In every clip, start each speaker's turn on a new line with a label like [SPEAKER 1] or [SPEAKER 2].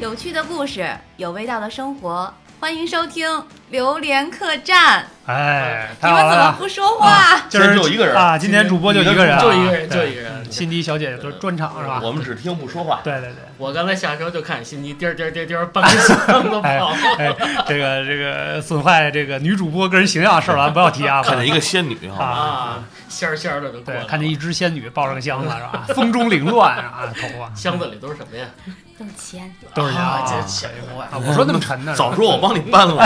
[SPEAKER 1] 有趣的故事，有味道的生活，欢迎收听《榴莲客栈》。
[SPEAKER 2] 哎，
[SPEAKER 1] 你
[SPEAKER 2] 太好
[SPEAKER 1] 们怎么
[SPEAKER 2] 了！
[SPEAKER 1] 不说话？
[SPEAKER 2] 今
[SPEAKER 3] 今
[SPEAKER 2] 儿
[SPEAKER 3] 天就一个人
[SPEAKER 2] 啊，今天主播就一个人啊，
[SPEAKER 4] 就一个人，就一
[SPEAKER 2] 个
[SPEAKER 4] 个人。
[SPEAKER 2] 辛迪小姐专专场是吧？
[SPEAKER 3] 我们只听不说话。
[SPEAKER 2] 对对对，
[SPEAKER 4] 我刚才下车就看辛迪颠儿颠儿颠儿颠儿半个小时都跑。
[SPEAKER 2] 哎，这个这个损坏这个女主播个人形象的事儿啊，不要提啊。
[SPEAKER 5] 看见一个仙女
[SPEAKER 2] 啊
[SPEAKER 5] 哈，
[SPEAKER 4] 啊，仙儿仙儿的都
[SPEAKER 2] 对，
[SPEAKER 4] 过来了。
[SPEAKER 2] 看见一只仙女抱上箱子是吧？风中凌乱啊，头发
[SPEAKER 4] 箱子里都是什么呀？
[SPEAKER 1] 都是钱，
[SPEAKER 2] 都是
[SPEAKER 4] 啊，这
[SPEAKER 2] 啊。
[SPEAKER 4] 钱我
[SPEAKER 2] 啊我说那么沉呢？
[SPEAKER 5] 早说我帮你搬了。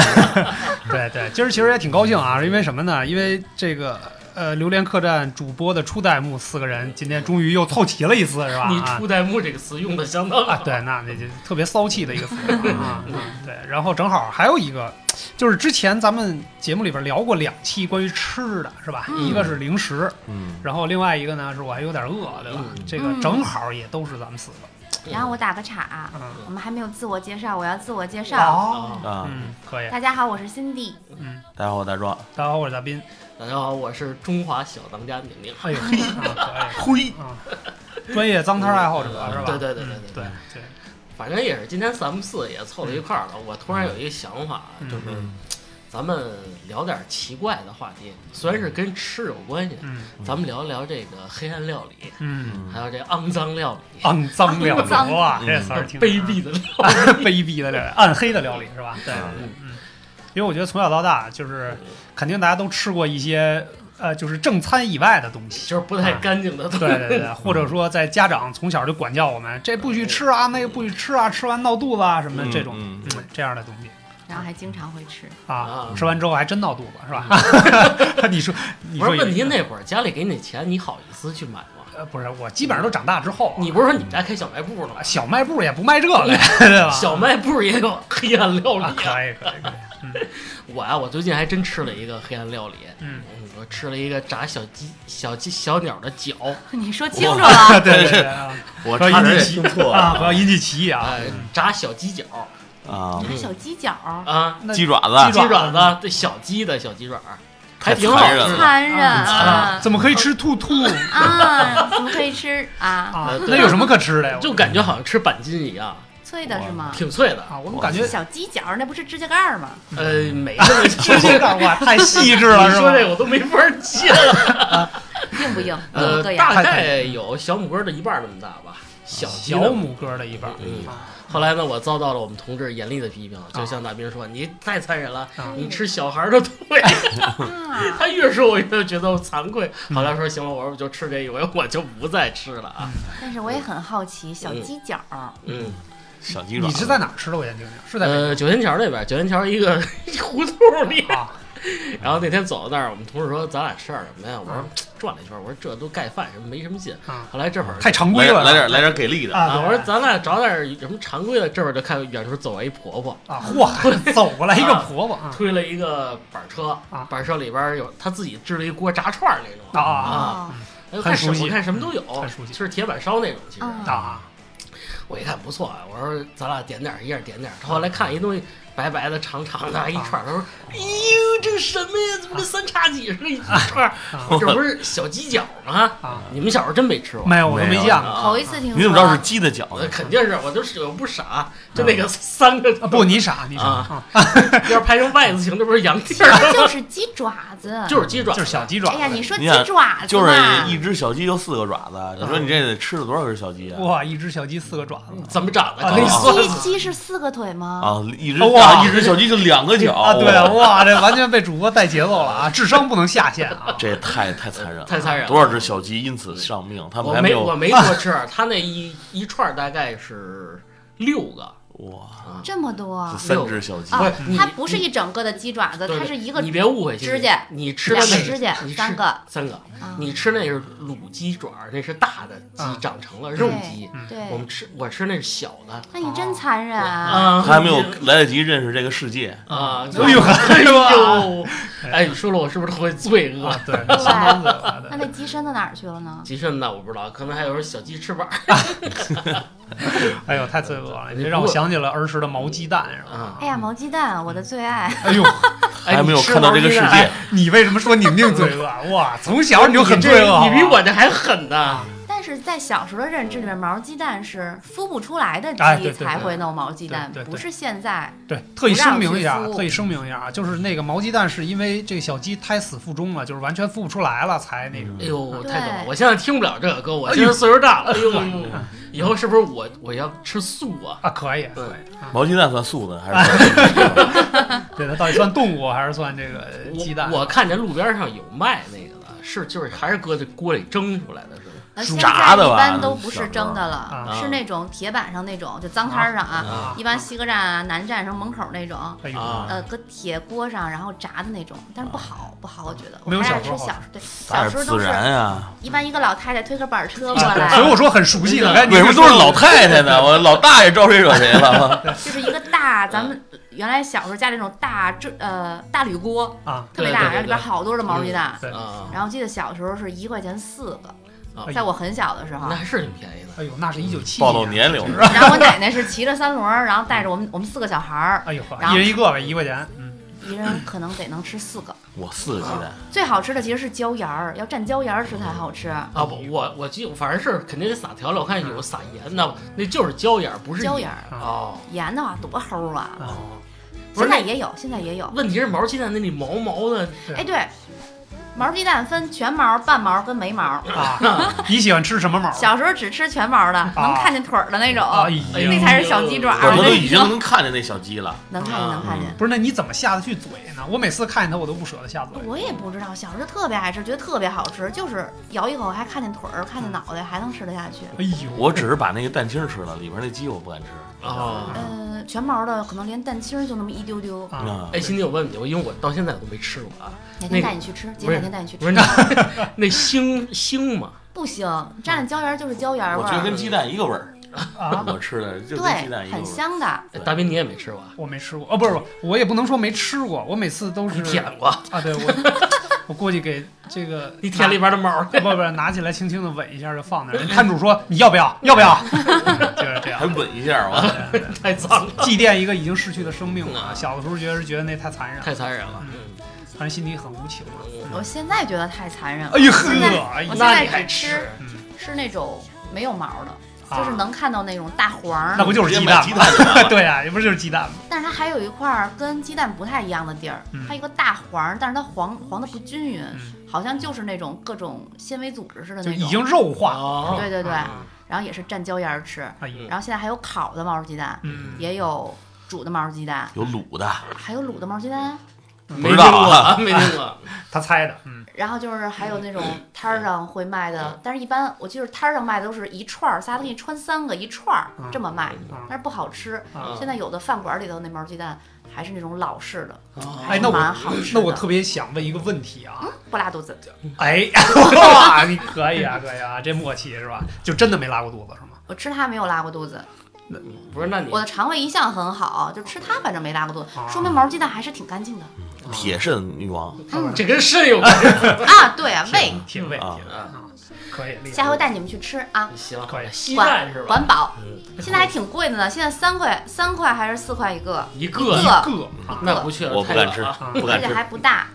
[SPEAKER 2] 对对，今儿其实也挺高兴啊，因为什么呢？因为这个呃，榴莲客栈主播的初代目四个人，今天终于又凑齐了一次，是吧？
[SPEAKER 4] 你
[SPEAKER 2] 啊
[SPEAKER 4] 初代目这个词用的相当
[SPEAKER 2] 啊，
[SPEAKER 4] 好。
[SPEAKER 2] 对，那那就特别骚气的一个词啊。嗯对，然后正好还有一个，就是之前咱们节目里边聊过两期关于吃的，是吧？
[SPEAKER 1] 嗯
[SPEAKER 2] 一个是零食，
[SPEAKER 5] 嗯，
[SPEAKER 2] 然后另外一个呢是我还有点饿，对吧？
[SPEAKER 4] 嗯
[SPEAKER 2] 这个正好也都是咱们四个。
[SPEAKER 1] 然后我打个岔，啊
[SPEAKER 2] 嗯，
[SPEAKER 1] 我们还没有自我介绍，我要自我介绍。
[SPEAKER 2] 哦，
[SPEAKER 5] 啊，
[SPEAKER 2] 嗯，可以。
[SPEAKER 1] 大家好，我是 Cindy。
[SPEAKER 2] 嗯，
[SPEAKER 5] 大家好，我大壮。
[SPEAKER 2] 大家好，我是大斌。
[SPEAKER 4] 大家好，我是中华小当家宁宁。
[SPEAKER 2] 哎呦，啊
[SPEAKER 5] 嘿，
[SPEAKER 2] 可以啊，专业脏摊爱好者
[SPEAKER 4] 嗯
[SPEAKER 2] 是吧？
[SPEAKER 4] 对对对对
[SPEAKER 2] 嗯
[SPEAKER 4] 对
[SPEAKER 2] 对
[SPEAKER 4] 对反正也是今天咱们四也凑到一块儿了。我突然有一个想法，
[SPEAKER 2] 嗯
[SPEAKER 4] 就是咱们聊点奇怪的话题，虽然是跟吃有关系，
[SPEAKER 2] 嗯
[SPEAKER 4] 咱们聊一聊这个黑暗料理，
[SPEAKER 2] 嗯，
[SPEAKER 4] 还有这肮脏料理。
[SPEAKER 2] 肮脏料
[SPEAKER 1] 肮脏
[SPEAKER 2] 理哇，
[SPEAKER 5] 嗯
[SPEAKER 2] 这词儿挺
[SPEAKER 4] 卑鄙的料理
[SPEAKER 2] 啊 卑鄙的料理，暗黑的料理是吧？对，
[SPEAKER 5] 啊
[SPEAKER 2] 嗯嗯，因为我觉得从小到大就是肯定大家都吃过一些呃，就是正餐以外的东西。
[SPEAKER 4] 就是不太干净的东西。
[SPEAKER 2] 啊对对对，或者说在家长从小就管教我们，这不许吃啊，那个不许吃啊，吃完闹肚子啊什么的
[SPEAKER 5] 嗯
[SPEAKER 2] 这种，
[SPEAKER 5] 嗯
[SPEAKER 2] 这样的东西
[SPEAKER 1] 然后还经常会吃，
[SPEAKER 2] 啊
[SPEAKER 4] 啊，嗯
[SPEAKER 2] 吃完之后还真闹肚子是吧？ 你说，你
[SPEAKER 4] 不
[SPEAKER 2] 说
[SPEAKER 4] 是
[SPEAKER 2] 也
[SPEAKER 4] 问题，那会儿家里给你钱，你好意思去买吗？
[SPEAKER 2] 呃不是我基本上都长大之后啊，
[SPEAKER 4] 你不是说你们家开小卖部了吗？
[SPEAKER 2] 小卖部也不卖这个呀，对吧？
[SPEAKER 4] 小卖部也有黑暗料
[SPEAKER 2] 啊，
[SPEAKER 4] 理啊！
[SPEAKER 2] 可以可以可以，嗯
[SPEAKER 4] 我啊，我最近还真吃了一个黑暗料理，
[SPEAKER 2] 嗯，
[SPEAKER 4] 嗯我吃了一个炸小鸡、小鸡、小鸟的脚，
[SPEAKER 1] 你说清楚了。
[SPEAKER 2] 对 对对啊
[SPEAKER 5] 我差点也听错
[SPEAKER 2] 啊，不要引起歧义啊，
[SPEAKER 4] 哎，炸小鸡脚
[SPEAKER 5] 啊，
[SPEAKER 1] 拿小鸡脚，
[SPEAKER 4] 啊，
[SPEAKER 2] 那
[SPEAKER 5] 鸡爪
[SPEAKER 2] 鸡爪嗯
[SPEAKER 5] 子
[SPEAKER 4] 鸡爪子，对，小鸡的小鸡爪，还
[SPEAKER 5] 太
[SPEAKER 4] 挺好
[SPEAKER 5] 残
[SPEAKER 4] 吃
[SPEAKER 5] 忍
[SPEAKER 4] 的
[SPEAKER 5] 了。
[SPEAKER 1] 残忍
[SPEAKER 2] 嗯
[SPEAKER 1] 啊
[SPEAKER 2] 怎么可以吃兔兔
[SPEAKER 1] 啊！怎么可以吃啊？
[SPEAKER 2] 啊
[SPEAKER 4] 呃？对
[SPEAKER 2] 那有什么可吃的呀？
[SPEAKER 4] 就感觉好像吃板筋一样，
[SPEAKER 1] 脆的是吗？
[SPEAKER 4] 挺脆的。
[SPEAKER 2] 啊，我怎么感觉
[SPEAKER 1] 小鸡脚那不是指甲盖儿吗？
[SPEAKER 4] 呃，没那么
[SPEAKER 2] 嗯 吃这个哇，太细致了
[SPEAKER 4] 你
[SPEAKER 2] 是
[SPEAKER 4] 说
[SPEAKER 2] 吧？
[SPEAKER 4] 这个我都没法接了。
[SPEAKER 1] 硬不硬？怎么
[SPEAKER 4] 呃
[SPEAKER 1] 个，样？
[SPEAKER 4] 大概有小母龟的一半那么大吧，小鸡
[SPEAKER 2] 小
[SPEAKER 4] 的。
[SPEAKER 2] 拇哥的一半儿
[SPEAKER 5] 嗯
[SPEAKER 2] 啊
[SPEAKER 4] 后来呢，我遭到了我们同志严厉的批评，就像大兵说：“你太残忍了，
[SPEAKER 2] 啊
[SPEAKER 4] 你吃小孩儿的腿。
[SPEAKER 1] 啊”
[SPEAKER 4] 他越说我越觉得惭愧。
[SPEAKER 2] 嗯
[SPEAKER 4] 后来说：“行了，我说我就吃这一回，我就不再吃了啊。
[SPEAKER 1] 但是我也很好奇，小鸡脚儿”
[SPEAKER 4] 嗯，
[SPEAKER 5] 小鸡爪。
[SPEAKER 2] 你是在哪儿吃的？我先听听，是在
[SPEAKER 4] 呃，九仙桥那边，九仙桥一个 胡同里。
[SPEAKER 2] 啊
[SPEAKER 4] 然后那天走到那儿，我们同事说：“咱俩吃点什么呀？”我说：“转了一圈，我说这都盖饭什么没什么劲。
[SPEAKER 2] 嗯啊”，
[SPEAKER 4] 后来这会儿
[SPEAKER 2] 太常
[SPEAKER 5] 来
[SPEAKER 2] 规
[SPEAKER 5] 点
[SPEAKER 2] 了
[SPEAKER 5] 来点来点给力的，
[SPEAKER 2] 啊！
[SPEAKER 4] 啊，我说
[SPEAKER 2] 对
[SPEAKER 4] 咱俩找点儿什么常规的，这会儿就看远处走来一婆婆，
[SPEAKER 2] 啊， 嚯，走过来一个婆婆啊
[SPEAKER 4] 推了一个板车
[SPEAKER 2] 啊，
[SPEAKER 4] 板车里边儿有她自己制了一锅炸串儿那种，
[SPEAKER 2] 啊
[SPEAKER 1] 哦，
[SPEAKER 4] 哎呦
[SPEAKER 2] 很
[SPEAKER 4] 看什
[SPEAKER 2] 熟悉嗯
[SPEAKER 4] 么看什么都有，
[SPEAKER 2] 很熟悉
[SPEAKER 4] 就是铁板烧那种。其实
[SPEAKER 1] 啊
[SPEAKER 2] 啊
[SPEAKER 4] 我一看不错，啊我说咱俩点点儿，一人点点儿。后来看一东西白白的、长长
[SPEAKER 2] 啊
[SPEAKER 4] 的，一串儿，他说：“哎呦，这个什么呀？怎么跟三叉戟似的，一 串儿？
[SPEAKER 2] 啊
[SPEAKER 4] 这不是小鸡脚吗？
[SPEAKER 2] 啊！
[SPEAKER 4] 你们小时候真没啊吃过？
[SPEAKER 2] 没有，我都没见过。
[SPEAKER 1] 头一次听说。
[SPEAKER 5] 你怎么知道是鸡的脚
[SPEAKER 4] 我
[SPEAKER 5] 呢？
[SPEAKER 4] 肯定是，我就是我不傻，就那个三个
[SPEAKER 2] 啊不，你傻，你傻
[SPEAKER 4] 啊
[SPEAKER 2] 啊，
[SPEAKER 4] 要是拍成 Y 字形，这不是羊蹄儿
[SPEAKER 1] 啊？
[SPEAKER 4] 吗？
[SPEAKER 1] 就是鸡爪 子。
[SPEAKER 4] 就是鸡爪，
[SPEAKER 2] 啊就是小。鸡爪
[SPEAKER 1] 哎
[SPEAKER 2] 子。
[SPEAKER 1] 呀，你说鸡
[SPEAKER 5] 你想
[SPEAKER 1] 爪子
[SPEAKER 5] 就是
[SPEAKER 1] 嘛
[SPEAKER 5] 一只小鸡就四个爪子，你说你这得吃了多少根小鸡啊？
[SPEAKER 2] 哇，一只小鸡四个爪子
[SPEAKER 4] 嗯怎么长的？
[SPEAKER 2] 啊
[SPEAKER 4] 跟你说
[SPEAKER 1] 鸡
[SPEAKER 4] 说
[SPEAKER 1] 鸡是四个腿吗？
[SPEAKER 5] 啊，一只
[SPEAKER 2] 哇
[SPEAKER 5] 啊一只小鸡就两个脚
[SPEAKER 2] 啊！对，哇，这完全被主播带节奏了啊！智商不能下线啊！
[SPEAKER 5] 这也太太残忍了，
[SPEAKER 4] 太残忍了
[SPEAKER 5] 多少只小鸡因此丧命，他们
[SPEAKER 4] 我
[SPEAKER 5] 还没
[SPEAKER 4] 没
[SPEAKER 5] 有
[SPEAKER 4] 我没多吃，啊他那一一串大概是六个，
[SPEAKER 5] 哇，
[SPEAKER 1] 这么多
[SPEAKER 5] 这
[SPEAKER 1] 啊！
[SPEAKER 5] 三只小鸡
[SPEAKER 4] 不是你
[SPEAKER 1] 它不是一整个的鸡爪子，
[SPEAKER 4] 对对
[SPEAKER 1] 它是一个
[SPEAKER 4] 你别误会，
[SPEAKER 1] 指甲
[SPEAKER 4] 你吃的
[SPEAKER 1] 两
[SPEAKER 4] 那
[SPEAKER 1] 个指甲，
[SPEAKER 4] 你吃
[SPEAKER 1] 三个。
[SPEAKER 4] 三个，
[SPEAKER 1] 啊
[SPEAKER 4] 你吃那是卤鸡爪，那是大的鸡长成了肉鸡，我
[SPEAKER 1] 对，
[SPEAKER 4] 们吃我吃那是小的
[SPEAKER 1] 那你真残忍啊！
[SPEAKER 4] 啊，
[SPEAKER 5] 还没有来得及认识这个世界，
[SPEAKER 4] 啊，
[SPEAKER 2] 哎呦
[SPEAKER 4] 哎
[SPEAKER 2] 哎
[SPEAKER 5] 啊
[SPEAKER 4] 呦，哎，你说了我是不是特别罪恶
[SPEAKER 2] 啊？，对，相当恶啊对
[SPEAKER 1] 那那鸡伸到哪儿去了呢？
[SPEAKER 4] 鸡肾呢？我不知道，可能还有小鸡翅 膀
[SPEAKER 2] 哎呦，太罪恶了！你这让我想起了儿时的毛鸡蛋，是吧？
[SPEAKER 4] 啊。
[SPEAKER 1] 哎呀，毛鸡蛋，我的最爱。
[SPEAKER 2] 哎呦，
[SPEAKER 4] 哎
[SPEAKER 5] 还没有
[SPEAKER 4] 你吃啊
[SPEAKER 5] 看到这个世
[SPEAKER 2] 哎
[SPEAKER 4] 毛鸡
[SPEAKER 5] 界
[SPEAKER 4] 蛋，
[SPEAKER 2] 你为什么说宁宁罪恶？哇，从小你就很罪恶，
[SPEAKER 4] 你比我这还狠呢。
[SPEAKER 1] 但是是在小时候的认知里面，毛鸡蛋是孵不出来的
[SPEAKER 2] 哎对
[SPEAKER 1] 鸡
[SPEAKER 2] 对对
[SPEAKER 1] 才会弄毛鸡蛋
[SPEAKER 2] 对，对
[SPEAKER 1] 不是现在。
[SPEAKER 2] 对，特意声明一下
[SPEAKER 1] 不让
[SPEAKER 2] 啊，
[SPEAKER 1] 去孵
[SPEAKER 2] 特意声明一下啊，就是那个毛鸡蛋是因为这个小鸡胎死腹中了，就是完全孵不出来了才那个。
[SPEAKER 4] 哎呦，
[SPEAKER 1] 对
[SPEAKER 4] 太懂了！我现在听不了这个歌，我现在岁数大了，哎呦，以后是不是我我要吃素啊？
[SPEAKER 2] 啊，可以，
[SPEAKER 4] 对
[SPEAKER 2] 可以啊。
[SPEAKER 5] 毛鸡蛋算素的还是算
[SPEAKER 2] 对，它到底算动物还是算这个呃鸡蛋？
[SPEAKER 4] 我我看见路边上有卖那个的，是就是还是搁在锅里蒸出来的，是吧？
[SPEAKER 1] 那
[SPEAKER 5] 是
[SPEAKER 1] 现在
[SPEAKER 5] 炸的吧
[SPEAKER 1] 一般都不
[SPEAKER 5] 小
[SPEAKER 1] 是
[SPEAKER 5] 时候
[SPEAKER 1] 蒸的
[SPEAKER 2] 啊
[SPEAKER 1] 了，是那种铁板上那种，就脏摊儿上啊，
[SPEAKER 2] 啊
[SPEAKER 1] 一般西客站啊、南站什么门口那种，
[SPEAKER 2] 哎呦，
[SPEAKER 4] 啊
[SPEAKER 1] 呃，搁铁锅上然后炸的那种，但是不好，不好，我觉得。我
[SPEAKER 2] 没有
[SPEAKER 1] 还
[SPEAKER 2] 小
[SPEAKER 1] 爱
[SPEAKER 2] 时
[SPEAKER 1] 吃
[SPEAKER 2] 候
[SPEAKER 1] 小
[SPEAKER 2] 好
[SPEAKER 1] 时候，对，
[SPEAKER 5] 啥
[SPEAKER 1] 小时
[SPEAKER 5] 是
[SPEAKER 1] 候
[SPEAKER 5] 孜
[SPEAKER 1] 都是
[SPEAKER 5] 然啊？
[SPEAKER 1] 一般一个老太太推个板车 过
[SPEAKER 2] 啊所以
[SPEAKER 1] 来，
[SPEAKER 2] 我说很熟悉的，
[SPEAKER 4] 对
[SPEAKER 2] 哎，
[SPEAKER 5] 为什么都是老太太呢？我老大爷招谁惹谁了？
[SPEAKER 1] 就是一个大，咱们原来小时候家里那种大这呃大铝锅，
[SPEAKER 2] 啊？
[SPEAKER 1] 特别大，
[SPEAKER 4] 对对对
[SPEAKER 1] 然后里边好多的毛鸡蛋。
[SPEAKER 2] 对，
[SPEAKER 4] 啊，
[SPEAKER 1] 然后我记得小时候是一块钱四个，
[SPEAKER 4] 啊
[SPEAKER 2] 哎
[SPEAKER 1] 在
[SPEAKER 2] 呦
[SPEAKER 1] 我很小的时候
[SPEAKER 4] 那。还是挺便宜的。
[SPEAKER 2] 哎呦，那是一九七
[SPEAKER 5] 暴露年龄是吧？
[SPEAKER 1] 然后我奶奶是骑着三轮儿，然后带着我们我们四个小孩儿，
[SPEAKER 2] 哎呦呵
[SPEAKER 1] 然，后
[SPEAKER 2] 一人一个呗，一块钱。嗯，
[SPEAKER 1] 一人可能得能吃四个。
[SPEAKER 5] 我四个鸡蛋，
[SPEAKER 1] 最好吃的其实是椒盐儿，要蘸椒盐儿吃才好吃。
[SPEAKER 4] 啊，我我我记，反正是肯定得撒调料，我看有撒盐的，那就是椒盐，不是
[SPEAKER 1] 椒盐儿，
[SPEAKER 4] 哦
[SPEAKER 1] 盐的话多齁啊！
[SPEAKER 4] 哦。不是
[SPEAKER 1] 现在
[SPEAKER 4] 那
[SPEAKER 1] 也有，现在也有。
[SPEAKER 4] 问题是毛鸡蛋那里毛毛的，
[SPEAKER 2] 对
[SPEAKER 1] 哎，对，毛鸡蛋分全毛、半毛跟没毛。
[SPEAKER 5] 哦
[SPEAKER 2] 啊，你喜欢吃什么毛？
[SPEAKER 1] 小时候只吃全毛的，能看见腿儿的那种，
[SPEAKER 2] 哎
[SPEAKER 4] 哎
[SPEAKER 2] 呀
[SPEAKER 4] 呦，
[SPEAKER 1] 那才是小鸡爪
[SPEAKER 5] 哦我
[SPEAKER 1] 儿。
[SPEAKER 5] 们
[SPEAKER 2] 那
[SPEAKER 5] 都已经啊能看见那小鸡了。
[SPEAKER 1] 能看见，能看见。
[SPEAKER 2] 不是，那你怎么下得去嘴呢？我每次看见它，我都不舍得下嘴。
[SPEAKER 1] 我也不知道，小时候特别爱吃，觉得特别好吃，就是咬一口还看见腿儿，
[SPEAKER 5] 嗯
[SPEAKER 1] 看见脑袋，还能吃得下去。
[SPEAKER 2] 哎呦，
[SPEAKER 5] 我只是把那个蛋清吃了，里边那鸡我不敢吃。
[SPEAKER 4] 哦。
[SPEAKER 1] 呃，全毛的可能连蛋清儿就那么一丢丢。
[SPEAKER 2] 啊，
[SPEAKER 5] 啊
[SPEAKER 4] 哎，鑫弟，我问你，我因为我到现在我都没吃过啊。
[SPEAKER 1] 哪
[SPEAKER 4] 那
[SPEAKER 1] 天
[SPEAKER 4] 个
[SPEAKER 1] 带你去吃，姐
[SPEAKER 4] 不是
[SPEAKER 1] 哪天带你去
[SPEAKER 4] 不是
[SPEAKER 1] 吃。
[SPEAKER 4] 那那腥腥嘛？
[SPEAKER 1] 不行，蘸着椒盐儿就是椒盐儿
[SPEAKER 5] 我
[SPEAKER 1] 味
[SPEAKER 5] 觉得
[SPEAKER 1] 儿，
[SPEAKER 5] 跟鸡蛋一个味儿，
[SPEAKER 2] 啊，
[SPEAKER 5] 我吃的就跟鸡蛋
[SPEAKER 1] 对，
[SPEAKER 5] 一个
[SPEAKER 1] 很
[SPEAKER 5] 味儿。
[SPEAKER 1] 香的。
[SPEAKER 4] 哎大斌你也没吃过啊，
[SPEAKER 2] 我没吃过。哦，不是，不是我也不能说没吃过，我每次都
[SPEAKER 4] 你
[SPEAKER 2] 是
[SPEAKER 4] 舔过？
[SPEAKER 2] 啊，对我，我过去给这个
[SPEAKER 4] 你舔里边的毛？
[SPEAKER 2] 不不，拿起来轻轻的吻一下就放那 儿。摊主说你要不要？要不要？ 就是这
[SPEAKER 5] 嗯还
[SPEAKER 2] 样。
[SPEAKER 5] 吻一下我，
[SPEAKER 4] 太脏了，
[SPEAKER 2] 祭奠一个已经逝去的生命嘛，
[SPEAKER 4] 啊
[SPEAKER 5] 嗯
[SPEAKER 2] 小的时候觉得是觉得那 太残忍了，
[SPEAKER 4] 太残忍了。
[SPEAKER 2] 反正心里很无情嘛。
[SPEAKER 5] 嗯
[SPEAKER 1] 我现在觉得太残忍了。
[SPEAKER 2] 哎呦呵
[SPEAKER 1] 现在，
[SPEAKER 2] 哎
[SPEAKER 1] 我
[SPEAKER 2] 呀
[SPEAKER 1] 现，
[SPEAKER 4] 那
[SPEAKER 1] 在
[SPEAKER 4] 你还
[SPEAKER 1] 只吃
[SPEAKER 2] 嗯
[SPEAKER 1] 吃那种没有毛的，
[SPEAKER 2] 啊
[SPEAKER 1] 就是能看到那种大黄儿
[SPEAKER 2] 那，不就是
[SPEAKER 5] 直接
[SPEAKER 2] 鸡
[SPEAKER 5] 买
[SPEAKER 2] 蛋
[SPEAKER 5] 鸡
[SPEAKER 2] 吗？
[SPEAKER 5] 蛋就完了
[SPEAKER 2] 对啊，也不就是鸡蛋吗？
[SPEAKER 1] 但是它还有一块儿跟鸡蛋不太一样的地儿
[SPEAKER 2] 嗯，
[SPEAKER 1] 它有个大黄儿，但是它黄黄的不均匀
[SPEAKER 2] 嗯，
[SPEAKER 1] 好像就是那种各种纤维组织似的
[SPEAKER 2] 就
[SPEAKER 1] 那
[SPEAKER 2] 已
[SPEAKER 1] 种。
[SPEAKER 2] 经肉化。
[SPEAKER 4] 哦，
[SPEAKER 1] 对对对，
[SPEAKER 4] 啊
[SPEAKER 1] 然后也是蘸椒盐儿吃，
[SPEAKER 2] 哎呀，
[SPEAKER 1] 然后现在还有烤的毛鸡蛋，
[SPEAKER 2] 嗯，
[SPEAKER 1] 也有煮的毛鸡蛋，
[SPEAKER 5] 有卤的，
[SPEAKER 1] 还有卤的毛鸡蛋，啊
[SPEAKER 5] 不知
[SPEAKER 4] 没听
[SPEAKER 5] 道
[SPEAKER 4] 过
[SPEAKER 5] 啊
[SPEAKER 4] 啊，没听过。
[SPEAKER 2] 他猜的，嗯，
[SPEAKER 1] 然后就是还有那种摊儿上会卖的，但是一般我记得摊儿上卖的都是一串儿，仨都给你穿三个一串儿
[SPEAKER 2] 嗯
[SPEAKER 1] 这么卖，
[SPEAKER 2] 啊
[SPEAKER 1] 但是不好吃。
[SPEAKER 2] 啊
[SPEAKER 4] 啊
[SPEAKER 1] 现在有的饭馆里头那毛鸡蛋还是那种老式的，
[SPEAKER 4] 哦
[SPEAKER 2] 哎，
[SPEAKER 1] 还
[SPEAKER 2] 那我
[SPEAKER 1] 蛮好吃
[SPEAKER 2] 那我
[SPEAKER 1] 的嗯
[SPEAKER 2] 特别想问一个问题啊，
[SPEAKER 1] 不拉肚子。
[SPEAKER 2] 哎， 哇，你可以啊，可以啊，这默契是吧？就真的没拉过肚子是吗？
[SPEAKER 1] 我吃它没有拉过肚子，
[SPEAKER 4] 不是，那你
[SPEAKER 1] 我的肠胃一向很好，就吃它反正没拉过肚子
[SPEAKER 2] 啊，
[SPEAKER 1] 说明毛鸡蛋还是挺干净的
[SPEAKER 5] 铁肾女王，
[SPEAKER 1] 嗯
[SPEAKER 4] 这跟肾有关系
[SPEAKER 1] 啊。对啊，胃，
[SPEAKER 2] 铁胃，
[SPEAKER 5] 啊
[SPEAKER 2] 铁胃啊，可以，厉害
[SPEAKER 1] 下回带你们去吃啊，
[SPEAKER 4] 行
[SPEAKER 2] 可以，
[SPEAKER 4] 稀
[SPEAKER 1] 管
[SPEAKER 4] 饭嗯是吧？
[SPEAKER 1] 管饱。
[SPEAKER 4] 嗯
[SPEAKER 1] 现在还挺贵的呢，现在三块三块还是四块一个，
[SPEAKER 4] 一
[SPEAKER 1] 一
[SPEAKER 4] 个
[SPEAKER 1] 个
[SPEAKER 2] 个啊，
[SPEAKER 4] 那不去了，
[SPEAKER 5] 我不
[SPEAKER 4] 太
[SPEAKER 5] 敢
[SPEAKER 4] 远
[SPEAKER 5] 吃
[SPEAKER 4] 了，
[SPEAKER 2] 啊，
[SPEAKER 5] 不
[SPEAKER 1] 而
[SPEAKER 5] 敢
[SPEAKER 1] 且
[SPEAKER 5] 吃。
[SPEAKER 1] 还不大，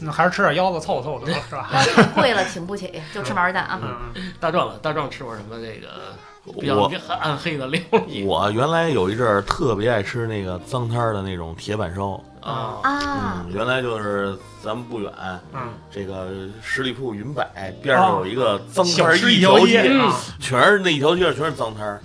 [SPEAKER 2] 那还是吃点腰子凑合凑合得了，是吧？
[SPEAKER 1] 要太贵了请不起，就吃毛鸡蛋啊。
[SPEAKER 2] 嗯，嗯
[SPEAKER 4] 大壮了，大壮吃过什么这个比较
[SPEAKER 5] 我
[SPEAKER 4] 暗黑的料 理
[SPEAKER 5] 我原来有一阵儿特别爱吃那个脏摊儿的那种铁板烧，
[SPEAKER 4] 啊？
[SPEAKER 1] 啊，
[SPEAKER 5] 嗯，原来就是咱们不远
[SPEAKER 2] 嗯
[SPEAKER 5] 这个十里铺云柏边上有一个
[SPEAKER 1] 嗯
[SPEAKER 5] 脏摊
[SPEAKER 2] 小
[SPEAKER 5] 儿
[SPEAKER 2] 吃一
[SPEAKER 5] 条
[SPEAKER 2] 条
[SPEAKER 5] 街，嗯
[SPEAKER 2] 街啊，
[SPEAKER 5] 全是那一条街上全是脏摊儿。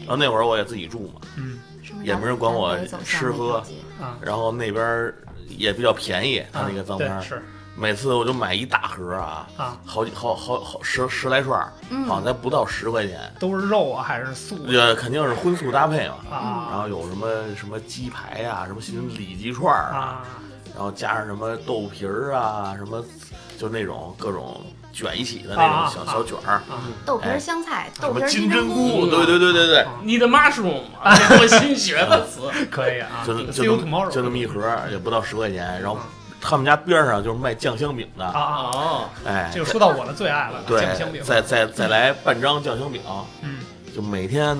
[SPEAKER 5] 然后那会儿我也自己住嘛，
[SPEAKER 2] 嗯
[SPEAKER 1] 是不是
[SPEAKER 5] 也没人管我
[SPEAKER 1] 咱们得走向
[SPEAKER 5] 吃喝
[SPEAKER 1] 那条街
[SPEAKER 2] 啊，
[SPEAKER 5] 然后那边儿也比较便宜，他那个脏摊
[SPEAKER 2] 啊
[SPEAKER 5] 儿
[SPEAKER 2] 对，是
[SPEAKER 5] 每次我就买一大盒啊，
[SPEAKER 2] 啊，
[SPEAKER 5] 好几好好好十十来串儿，好
[SPEAKER 1] 嗯，
[SPEAKER 5] 像才不到十块钱，
[SPEAKER 2] 都是肉啊还是素的
[SPEAKER 5] 呃，肯定是荤素搭配嘛。然
[SPEAKER 2] 啊
[SPEAKER 5] 后有什么什么鸡排呀、什么里脊串儿啊，
[SPEAKER 2] 啊
[SPEAKER 5] 然后加上什么豆皮儿啊，什么就那种各种卷一起
[SPEAKER 2] 啊
[SPEAKER 5] 的那种小、
[SPEAKER 2] 啊
[SPEAKER 5] 小卷儿，
[SPEAKER 1] 豆皮儿香菜、
[SPEAKER 5] 什
[SPEAKER 1] 豆
[SPEAKER 5] 么
[SPEAKER 1] 皮儿
[SPEAKER 5] 金
[SPEAKER 1] 针
[SPEAKER 5] 针
[SPEAKER 1] 菇，
[SPEAKER 5] 对对对对对，
[SPEAKER 4] 你的 mushroom，啊这我新学的词。
[SPEAKER 2] 可以啊，
[SPEAKER 5] 就就
[SPEAKER 2] See you
[SPEAKER 5] 那么
[SPEAKER 2] tomorrow
[SPEAKER 5] 就那么一盒儿，也不到十块钱。然后他们家边儿上就是卖酱香饼的，
[SPEAKER 2] 啊啊，啊
[SPEAKER 4] 哦，
[SPEAKER 5] 哎，
[SPEAKER 2] 这就说到我的最爱了，
[SPEAKER 5] 对
[SPEAKER 2] 酱香饼，
[SPEAKER 5] 再再再来半张酱香饼，
[SPEAKER 2] 嗯
[SPEAKER 5] 就每天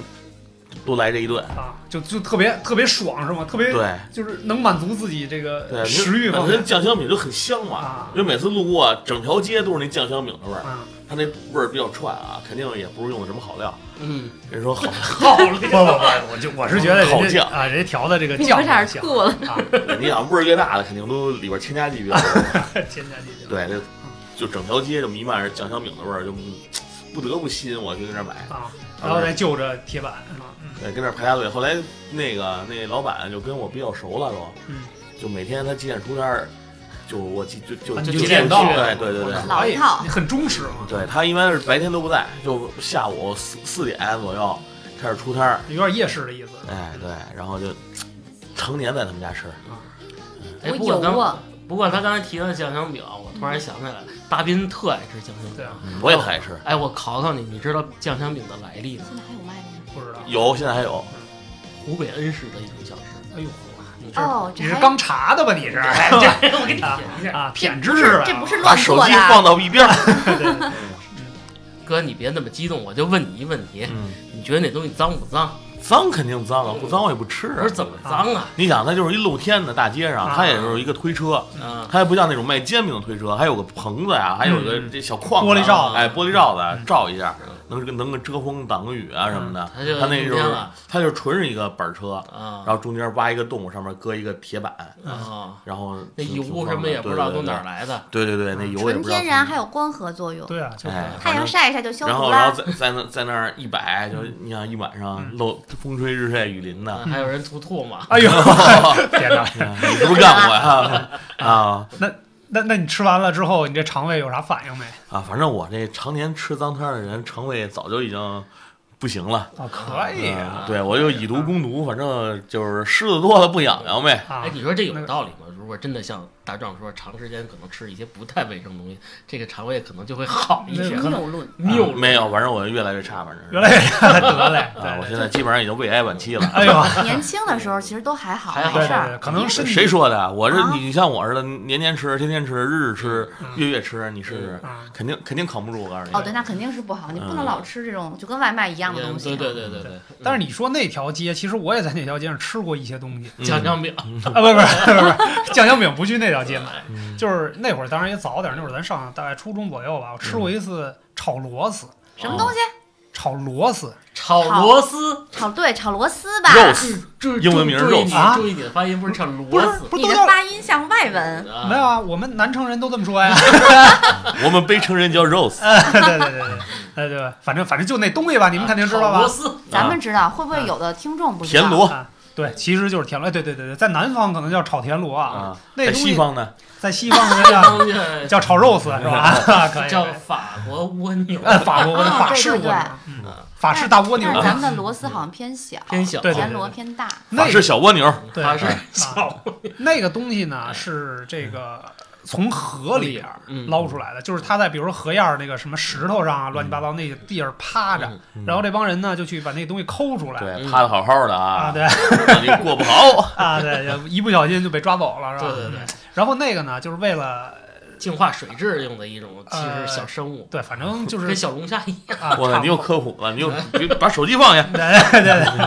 [SPEAKER 5] 都来这一顿，
[SPEAKER 2] 啊，就就特别特别爽是吗？特别
[SPEAKER 5] 对。
[SPEAKER 2] 就是能满足自己这个
[SPEAKER 5] 对，
[SPEAKER 2] 食欲
[SPEAKER 5] 本
[SPEAKER 2] 方
[SPEAKER 5] 身
[SPEAKER 2] 面
[SPEAKER 5] 酱香饼就很香嘛
[SPEAKER 2] 啊，
[SPEAKER 5] 因为每次路过整条街都是那酱香饼的味儿，
[SPEAKER 2] 啊，
[SPEAKER 5] 它那味儿比较串啊，肯定也不是用的什么好料。
[SPEAKER 4] 嗯，
[SPEAKER 5] 人说好，
[SPEAKER 4] 好
[SPEAKER 2] 不
[SPEAKER 4] 嘞，
[SPEAKER 2] 不不，我就我是觉 得
[SPEAKER 5] 烤
[SPEAKER 2] 人家
[SPEAKER 5] 酱
[SPEAKER 2] 啊，人家调的这个
[SPEAKER 1] 你
[SPEAKER 2] 酱
[SPEAKER 1] 们差
[SPEAKER 2] 还
[SPEAKER 1] 点
[SPEAKER 2] 行
[SPEAKER 1] 吐了，
[SPEAKER 2] 啊，
[SPEAKER 5] 你想味儿越大的，肯定都里边添加剂越多。
[SPEAKER 2] 添加剂
[SPEAKER 5] 对，这就整条街就弥漫着酱香饼的味儿，就不得不吸引我去跟这儿买。
[SPEAKER 2] 啊，然后再就着铁板啊，嗯
[SPEAKER 5] 对，跟那儿排大队。后来那个那老板就跟我比较熟了都，
[SPEAKER 2] 嗯
[SPEAKER 5] 就每天他几点出摊儿，就我记就就
[SPEAKER 2] 啊
[SPEAKER 4] 就
[SPEAKER 2] 几
[SPEAKER 4] 几
[SPEAKER 2] 点
[SPEAKER 4] 点
[SPEAKER 2] 到
[SPEAKER 4] 到？
[SPEAKER 5] 对对对对
[SPEAKER 2] 我
[SPEAKER 1] 老一套
[SPEAKER 2] 哎很忠实嘛，
[SPEAKER 5] 对他一般是白天都不在，就下午四四点左右开始出摊儿。
[SPEAKER 2] 有点夜市的意思。
[SPEAKER 5] 哎，对，然后就常年在他们家吃。
[SPEAKER 4] 哎
[SPEAKER 1] 我
[SPEAKER 4] 不过
[SPEAKER 1] 有
[SPEAKER 4] 咱
[SPEAKER 1] 过，
[SPEAKER 4] 不过他刚才提到酱香饼，我突然想起来了，大斌特爱吃酱香
[SPEAKER 2] 对
[SPEAKER 4] 饼。
[SPEAKER 2] 啊，
[SPEAKER 5] 嗯我也特爱吃，
[SPEAKER 4] 哎，我考考你，你知道酱香饼的来历吗？
[SPEAKER 1] 现在还有卖吗？
[SPEAKER 2] 不知道。
[SPEAKER 5] 有现在还有。
[SPEAKER 4] 湖北恩施的一种小吃。
[SPEAKER 2] 哎呦，
[SPEAKER 4] 你知道？
[SPEAKER 1] 哦，这
[SPEAKER 2] 你是
[SPEAKER 1] 还
[SPEAKER 2] 刚查的吧？你是？
[SPEAKER 4] 哎 这我给你
[SPEAKER 2] 啊
[SPEAKER 4] 点一下。
[SPEAKER 2] 啊，
[SPEAKER 1] 这
[SPEAKER 2] 舔知
[SPEAKER 1] 不
[SPEAKER 2] 识
[SPEAKER 1] 是
[SPEAKER 2] 了。
[SPEAKER 1] 这不是
[SPEAKER 5] 把
[SPEAKER 1] 乱
[SPEAKER 5] 手
[SPEAKER 1] 做
[SPEAKER 5] 机
[SPEAKER 1] 的啊，
[SPEAKER 5] 放到一边儿。
[SPEAKER 4] 哥，你别那么激动，我就问你一问题，
[SPEAKER 5] 嗯，
[SPEAKER 4] 你觉得那东西脏不脏？
[SPEAKER 5] 脏肯定脏啊，不脏我也不吃
[SPEAKER 4] 我
[SPEAKER 5] 啊
[SPEAKER 4] 说。怎么脏啊？
[SPEAKER 5] 你想，它就是一露天的大街上，
[SPEAKER 2] 啊
[SPEAKER 5] 它也就是一个推车，
[SPEAKER 4] 啊，
[SPEAKER 5] 它还不像那种卖煎饼的推车，还有个棚子呀，还有个
[SPEAKER 2] 嗯
[SPEAKER 5] 这小框子
[SPEAKER 2] 玻璃罩子
[SPEAKER 5] 哎，玻璃罩子
[SPEAKER 2] 嗯
[SPEAKER 5] 罩一下
[SPEAKER 4] 嗯，
[SPEAKER 5] 能能个遮风挡个雨啊什么的。
[SPEAKER 4] 它就
[SPEAKER 5] 它那就
[SPEAKER 4] 露天
[SPEAKER 5] 是
[SPEAKER 4] 了
[SPEAKER 5] 它就纯是一个板车，
[SPEAKER 4] 啊
[SPEAKER 5] 然后中间挖一个洞，上面搁一个铁板，
[SPEAKER 4] 啊，
[SPEAKER 5] 然后
[SPEAKER 4] 那
[SPEAKER 5] 挺
[SPEAKER 4] 油
[SPEAKER 5] 挺方
[SPEAKER 4] 什么
[SPEAKER 5] 便
[SPEAKER 4] 也不知道
[SPEAKER 5] 对对
[SPEAKER 4] 从
[SPEAKER 5] 对
[SPEAKER 4] 哪
[SPEAKER 5] 啊
[SPEAKER 4] 儿来的。
[SPEAKER 5] 对对对，那油也
[SPEAKER 1] 纯
[SPEAKER 5] 不知道
[SPEAKER 1] 天然，还有光合作用，
[SPEAKER 2] 对啊，就是
[SPEAKER 5] 哎，
[SPEAKER 1] 太阳晒一晒就消
[SPEAKER 5] 然
[SPEAKER 1] 毒
[SPEAKER 5] 后然
[SPEAKER 1] 啦
[SPEAKER 5] 后。在在那在那儿一摆，就你想一晚上
[SPEAKER 2] 嗯
[SPEAKER 5] 漏风吹日晒雨淋的，
[SPEAKER 4] 啊还有人吐吐嘛？
[SPEAKER 2] 哎呦，天哪！
[SPEAKER 5] 你是不是干过呀？ 啊
[SPEAKER 2] 那那你吃完了之后，你这肠胃有啥反应没？
[SPEAKER 5] 啊，反正我这常年吃脏摊儿的人，肠胃早就已经不行了。
[SPEAKER 2] 啊，可以啊
[SPEAKER 5] 嗯，对我就以毒攻毒，反正就是虱子多了不痒 痒呗。
[SPEAKER 2] 啊
[SPEAKER 4] 哎，，你说这
[SPEAKER 2] 那
[SPEAKER 4] 有
[SPEAKER 2] 个
[SPEAKER 4] 道理吗？如果真的像大壮说，长时间可能吃一些不太卫生的东西，这个肠胃可能就会好一
[SPEAKER 2] 那
[SPEAKER 4] 些
[SPEAKER 2] 可。能
[SPEAKER 1] 谬论，
[SPEAKER 4] 谬
[SPEAKER 5] 啊
[SPEAKER 4] 论
[SPEAKER 5] 没有，反正我越来越差，反正是
[SPEAKER 2] 原来得嘞，
[SPEAKER 5] 啊，我
[SPEAKER 2] 对
[SPEAKER 5] 现在基本上已经胃癌晚期了。啊
[SPEAKER 2] 哎呦，
[SPEAKER 1] 年轻的时候其实都还好，
[SPEAKER 4] 还好
[SPEAKER 2] 对
[SPEAKER 1] 没
[SPEAKER 2] 对
[SPEAKER 1] 事儿
[SPEAKER 2] 对，。可能身体
[SPEAKER 5] 谁说的？我是
[SPEAKER 1] 啊
[SPEAKER 5] 你像我似的，年年吃，天天吃，日日吃，
[SPEAKER 2] 嗯
[SPEAKER 5] 月月吃，你试试，
[SPEAKER 2] 啊，
[SPEAKER 5] 肯定肯定扛不住。我告诉你，
[SPEAKER 1] 哦，对，那肯定是不好，你不能
[SPEAKER 5] 嗯
[SPEAKER 1] 老吃这种就跟外卖一样的
[SPEAKER 4] 嗯
[SPEAKER 1] 东西。啊
[SPEAKER 4] 对对对嗯对对。
[SPEAKER 2] 但是你说那条街，其实我也在那条街上吃过一些东西
[SPEAKER 5] 嗯
[SPEAKER 4] 酱香饼，
[SPEAKER 2] 啊，不是不是不是不是，酱香饼不去那条街买，
[SPEAKER 5] 嗯
[SPEAKER 2] 就是那会儿当然也早点儿，那会儿咱上大概初中左右吧，我吃过一次炒螺丝，
[SPEAKER 1] 什么东西？
[SPEAKER 2] 炒螺丝
[SPEAKER 4] 炒螺丝，
[SPEAKER 1] 炒对炒螺丝吧。
[SPEAKER 5] 肉丝
[SPEAKER 4] 嗯注
[SPEAKER 5] 英文名
[SPEAKER 4] 注
[SPEAKER 5] 肉
[SPEAKER 4] 注意你
[SPEAKER 2] 啊
[SPEAKER 4] 注意你的发音，不是炒
[SPEAKER 2] 不
[SPEAKER 4] 螺
[SPEAKER 2] 是
[SPEAKER 4] 丝。
[SPEAKER 2] 不是
[SPEAKER 1] 你
[SPEAKER 2] 都
[SPEAKER 1] 的
[SPEAKER 2] 叫
[SPEAKER 1] 发音像外文，
[SPEAKER 4] 啊
[SPEAKER 2] 没有啊？我们南城人都这么说呀。
[SPEAKER 1] 嗯
[SPEAKER 5] 我们北城人叫 rose，
[SPEAKER 2] 呃，对对对对，呃对吧？反正反正就那东西吧，你们肯定知道
[SPEAKER 4] 啊炒螺
[SPEAKER 2] 吧？
[SPEAKER 4] 丝，
[SPEAKER 1] 咱们知道，会不会有的听众不知
[SPEAKER 5] 田
[SPEAKER 1] 道？
[SPEAKER 5] 螺
[SPEAKER 2] 啊，对，其实就是田螺。哎对对对对，在南方可能叫炒田螺啊
[SPEAKER 5] 啊，，
[SPEAKER 2] 那
[SPEAKER 5] 在
[SPEAKER 2] 东西
[SPEAKER 5] 西方呢，
[SPEAKER 2] 在西方人 叫
[SPEAKER 4] 东西
[SPEAKER 2] 啊叫炒哎肉丝是 吧？可以。
[SPEAKER 4] 叫
[SPEAKER 2] 可以
[SPEAKER 4] 法国蜗牛，
[SPEAKER 2] 呃，法国蜗牛
[SPEAKER 1] 啊
[SPEAKER 2] 法
[SPEAKER 1] 对
[SPEAKER 2] 式蜗
[SPEAKER 1] 对
[SPEAKER 2] 牛
[SPEAKER 1] 对，
[SPEAKER 2] 嗯
[SPEAKER 4] 啊
[SPEAKER 2] 法式大蜗牛
[SPEAKER 1] 但是
[SPEAKER 2] 啊，
[SPEAKER 1] 咱们的螺丝好像偏小，
[SPEAKER 4] 偏小，
[SPEAKER 2] 对对
[SPEAKER 1] 田螺偏大。
[SPEAKER 2] 那
[SPEAKER 5] 法式小蜗牛，
[SPEAKER 2] 对
[SPEAKER 4] 法式
[SPEAKER 2] 啊
[SPEAKER 4] 小
[SPEAKER 2] 那个东西呢是这个从河里边儿
[SPEAKER 4] 嗯
[SPEAKER 2] 捞出来的，就是它在比如说河沿儿那个什么石头上啊，乱七八糟那个地儿趴着，
[SPEAKER 5] 嗯
[SPEAKER 2] 然后这帮人呢就去把那东西抠出来
[SPEAKER 5] 对，
[SPEAKER 4] 嗯
[SPEAKER 5] 趴的好好的
[SPEAKER 2] 啊，
[SPEAKER 5] 啊，
[SPEAKER 2] 对。
[SPEAKER 5] 让你过 不好。
[SPEAKER 2] 啊，对，就一不小心就被抓走了，是吧？嗯
[SPEAKER 4] 对对对。
[SPEAKER 2] 然后那个呢，就是为了
[SPEAKER 4] 净化水质用的一种，其实是小生物，
[SPEAKER 2] 对，反正呃就
[SPEAKER 4] 跟
[SPEAKER 2] 是
[SPEAKER 4] 小龙虾一样。
[SPEAKER 2] 啊，
[SPEAKER 5] 我操，
[SPEAKER 2] 差
[SPEAKER 5] 你
[SPEAKER 2] 不
[SPEAKER 5] 又
[SPEAKER 2] 多
[SPEAKER 5] 科普了，你又你把手机放下
[SPEAKER 2] 对对对对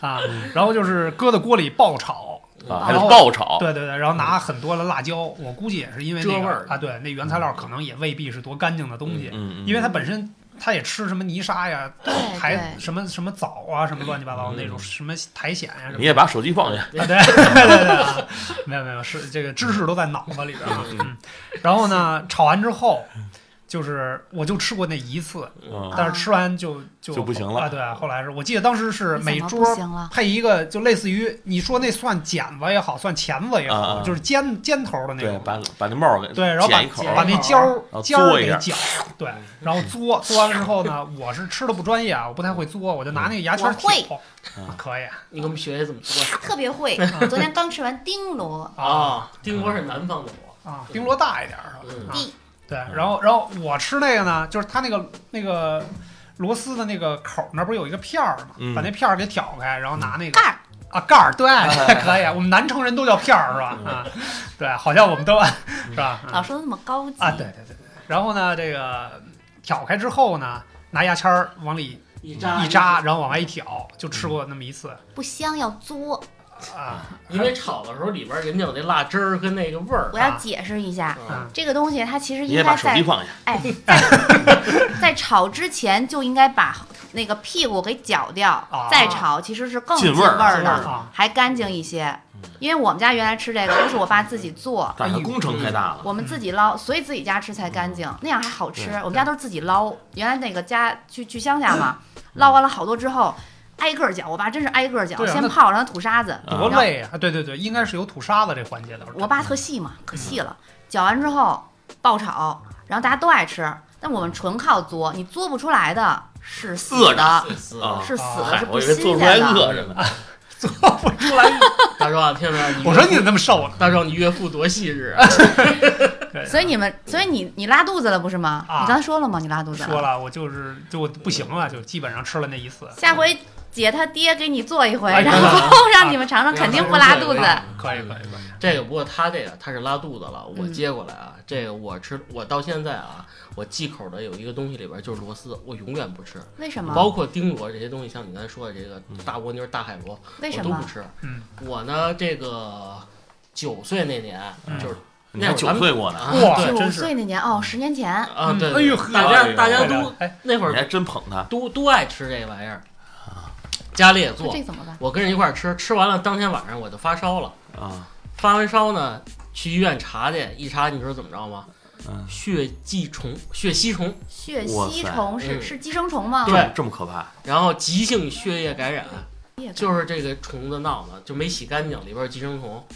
[SPEAKER 2] 啊，
[SPEAKER 5] 嗯
[SPEAKER 2] 然后就是搁在锅里爆炒，
[SPEAKER 1] 啊
[SPEAKER 5] 啊，还得爆
[SPEAKER 2] 哦
[SPEAKER 5] 炒，
[SPEAKER 2] 对对对，然后拿很多的辣椒，我估计也是因为那
[SPEAKER 4] 遮味
[SPEAKER 2] 个
[SPEAKER 4] 儿
[SPEAKER 2] 啊，对，那原材料可能也未必是多干净的东西，
[SPEAKER 5] 嗯，嗯
[SPEAKER 2] 因为它本身。它也吃什么泥沙呀，
[SPEAKER 1] 对对
[SPEAKER 2] 苔什么什么藻啊，什么乱七八糟那种
[SPEAKER 4] 嗯
[SPEAKER 2] 什么苔藓呀，什
[SPEAKER 5] 你
[SPEAKER 2] 么
[SPEAKER 5] 也把手机放下，
[SPEAKER 2] 啊，对对对对啊，没有没有，是这个知识都在脑子里边啊。嗯，然后呢，炒完之后，就是我就吃过那一次，
[SPEAKER 5] 嗯，
[SPEAKER 2] 但是吃完就就
[SPEAKER 5] 就不行了
[SPEAKER 2] 啊。对，后来是我记得当时是每
[SPEAKER 1] 怎么
[SPEAKER 2] 桌
[SPEAKER 1] 不行了，
[SPEAKER 2] 配一个，就类似于你说那算剪子也好，算钳子也
[SPEAKER 5] 啊
[SPEAKER 2] 好，
[SPEAKER 5] 啊
[SPEAKER 2] 就是尖尖头的那
[SPEAKER 5] 对，
[SPEAKER 2] 种。
[SPEAKER 5] 把把那帽儿给
[SPEAKER 2] 对，然后把
[SPEAKER 5] 剪一口
[SPEAKER 4] 剪
[SPEAKER 2] 把那尖儿
[SPEAKER 5] 后
[SPEAKER 2] 尖儿
[SPEAKER 5] 嘬一
[SPEAKER 2] 给
[SPEAKER 5] 下
[SPEAKER 2] 绞，对，然后嘬嘬完了之后呢，我是吃的不专业啊，我不太会嘬，我就拿那个牙签
[SPEAKER 1] 我会
[SPEAKER 2] 挑啊
[SPEAKER 5] 嗯，
[SPEAKER 2] 可以
[SPEAKER 4] 你给我们学学怎么做
[SPEAKER 1] 他特别 会。昨天刚吃完丁螺，
[SPEAKER 2] 啊，
[SPEAKER 4] 丁螺是南方的螺，
[SPEAKER 2] 啊，丁螺大一点儿是
[SPEAKER 4] 嗯
[SPEAKER 2] 吧？啊
[SPEAKER 1] 地
[SPEAKER 2] 对，然后然后我吃那个呢，就是它那个那个螺丝的那个口儿那儿不是有一个片儿吗？
[SPEAKER 5] 嗯
[SPEAKER 2] 把那片儿给挑开，然后拿那个
[SPEAKER 1] 盖儿，
[SPEAKER 2] 啊盖儿， 对，可以，啊我们南城人都叫片儿是吧？啊，对，好像我们都 是吧？
[SPEAKER 5] 嗯
[SPEAKER 1] 老说的那么高级
[SPEAKER 2] 啊，对对对对。然后呢，这个挑开之后呢，拿牙签儿往里
[SPEAKER 4] 一
[SPEAKER 2] 一扎，然后往外一挑，就吃过那么一次。
[SPEAKER 1] 不香要嘬，
[SPEAKER 2] 啊，
[SPEAKER 4] 因为炒的时候里边人家有那辣汁儿跟那个味儿
[SPEAKER 1] 我。要解释一下，
[SPEAKER 2] 嗯
[SPEAKER 4] 啊
[SPEAKER 1] 这个东西它其实
[SPEAKER 5] 你
[SPEAKER 1] 应
[SPEAKER 5] 也把
[SPEAKER 1] 该
[SPEAKER 5] 手
[SPEAKER 1] 在
[SPEAKER 5] 机放下，
[SPEAKER 1] 哎，在在炒之前就应该把那个屁股给搅掉
[SPEAKER 2] 啊，
[SPEAKER 1] 再炒其实是更
[SPEAKER 5] 进
[SPEAKER 1] 进
[SPEAKER 5] 味儿
[SPEAKER 1] 儿
[SPEAKER 2] 进味儿
[SPEAKER 1] 的
[SPEAKER 2] 啊，
[SPEAKER 1] 还干净一些
[SPEAKER 5] 嗯。
[SPEAKER 1] 因为我们家原来吃这个都是我爸自己做，
[SPEAKER 5] 但
[SPEAKER 2] 哎
[SPEAKER 5] 是工程太大了。
[SPEAKER 1] 我们自己捞，所以自己家吃才干净，那样还好吃。
[SPEAKER 5] 嗯对嗯
[SPEAKER 1] 我们家都是自己捞，原来那个家去去乡下嘛，捞完了好多之后，挨个儿搅，我爸真是挨个儿搅，
[SPEAKER 2] 对啊
[SPEAKER 1] 先
[SPEAKER 2] 那
[SPEAKER 1] 泡，然后吐沙子。
[SPEAKER 5] 啊
[SPEAKER 2] 多累啊！对对对，应该是有吐沙子这环节的。
[SPEAKER 1] 我爸特细
[SPEAKER 5] 嗯
[SPEAKER 1] 嘛，可细了，搅完之后爆炒，然后大家都爱吃，但我们纯靠嘬，你嘬不出来的是死
[SPEAKER 5] 饿
[SPEAKER 1] 的，
[SPEAKER 4] 死
[SPEAKER 5] 啊
[SPEAKER 1] 是死的，
[SPEAKER 2] 啊
[SPEAKER 1] 是
[SPEAKER 5] 我
[SPEAKER 1] 不
[SPEAKER 5] 以为
[SPEAKER 1] 新
[SPEAKER 5] 做
[SPEAKER 1] 鲜
[SPEAKER 5] 出来
[SPEAKER 1] 的。
[SPEAKER 5] 饿着 呢，
[SPEAKER 2] 做不出来。
[SPEAKER 4] 大壮，听没有？
[SPEAKER 2] 我说你怎么那么瘦呢？
[SPEAKER 4] 大壮，你岳父多细致 啊！
[SPEAKER 1] 所以你们，所以你你拉肚子了不是吗？
[SPEAKER 2] 啊
[SPEAKER 1] 你刚才说了吗？你拉肚子
[SPEAKER 2] 说了，我就是就我不行了，就基本上吃了那一次。
[SPEAKER 1] 下回姐她爹给你做一回，
[SPEAKER 2] 哎
[SPEAKER 1] 然
[SPEAKER 2] 真的
[SPEAKER 1] 后
[SPEAKER 2] 啊
[SPEAKER 1] 让你们尝尝，肯定不
[SPEAKER 4] 哎
[SPEAKER 1] 拉肚子。
[SPEAKER 2] 啊可以可以可以。
[SPEAKER 4] 这个不过他这个他是拉肚子了，
[SPEAKER 1] 嗯
[SPEAKER 4] 我接过来啊，这个我吃，我到现在啊，我忌口的有一个东西里边就是螺丝，我永远不吃，
[SPEAKER 1] 为什么？
[SPEAKER 4] 包括丁螺这些东西，像你刚才说的这个大蜗牛、大海螺，
[SPEAKER 1] 为
[SPEAKER 4] 我
[SPEAKER 1] 什
[SPEAKER 4] 都
[SPEAKER 1] 么
[SPEAKER 4] 不？吃。
[SPEAKER 2] 嗯，
[SPEAKER 4] 我呢，这个九岁那年
[SPEAKER 2] 嗯
[SPEAKER 4] 就是
[SPEAKER 5] 你还九岁过呢，
[SPEAKER 4] 啊，
[SPEAKER 2] 哇
[SPEAKER 4] 对
[SPEAKER 2] 这
[SPEAKER 1] 九
[SPEAKER 2] 真是
[SPEAKER 1] 岁那年哦，十年前，
[SPEAKER 4] 啊，对，
[SPEAKER 2] 哎呦
[SPEAKER 4] 对大家大家
[SPEAKER 2] 哎
[SPEAKER 4] 都
[SPEAKER 2] 呀哎，啊
[SPEAKER 4] 那会
[SPEAKER 5] 你还
[SPEAKER 4] 儿
[SPEAKER 5] 真捧他。
[SPEAKER 4] 都都爱吃这玩意儿，家里也
[SPEAKER 1] 那
[SPEAKER 4] 做
[SPEAKER 1] 这，怎么办？
[SPEAKER 4] 我跟人一块儿吃，吃完了当天晚上我就发烧了。
[SPEAKER 5] 啊，
[SPEAKER 4] 发完烧呢，去医院查去，一查你知道怎么着吗？
[SPEAKER 5] 嗯
[SPEAKER 4] 血寄虫、血吸虫，
[SPEAKER 1] 血
[SPEAKER 5] 哇
[SPEAKER 1] 吸
[SPEAKER 5] 塞
[SPEAKER 1] 虫是
[SPEAKER 4] 嗯
[SPEAKER 1] 是寄生虫吗？
[SPEAKER 5] 这
[SPEAKER 4] 对
[SPEAKER 5] 么这么可怕，
[SPEAKER 4] 然后急性血液感染，
[SPEAKER 1] 也可
[SPEAKER 4] 就是这个虫子闹呢，就没洗干净，里边有寄生虫，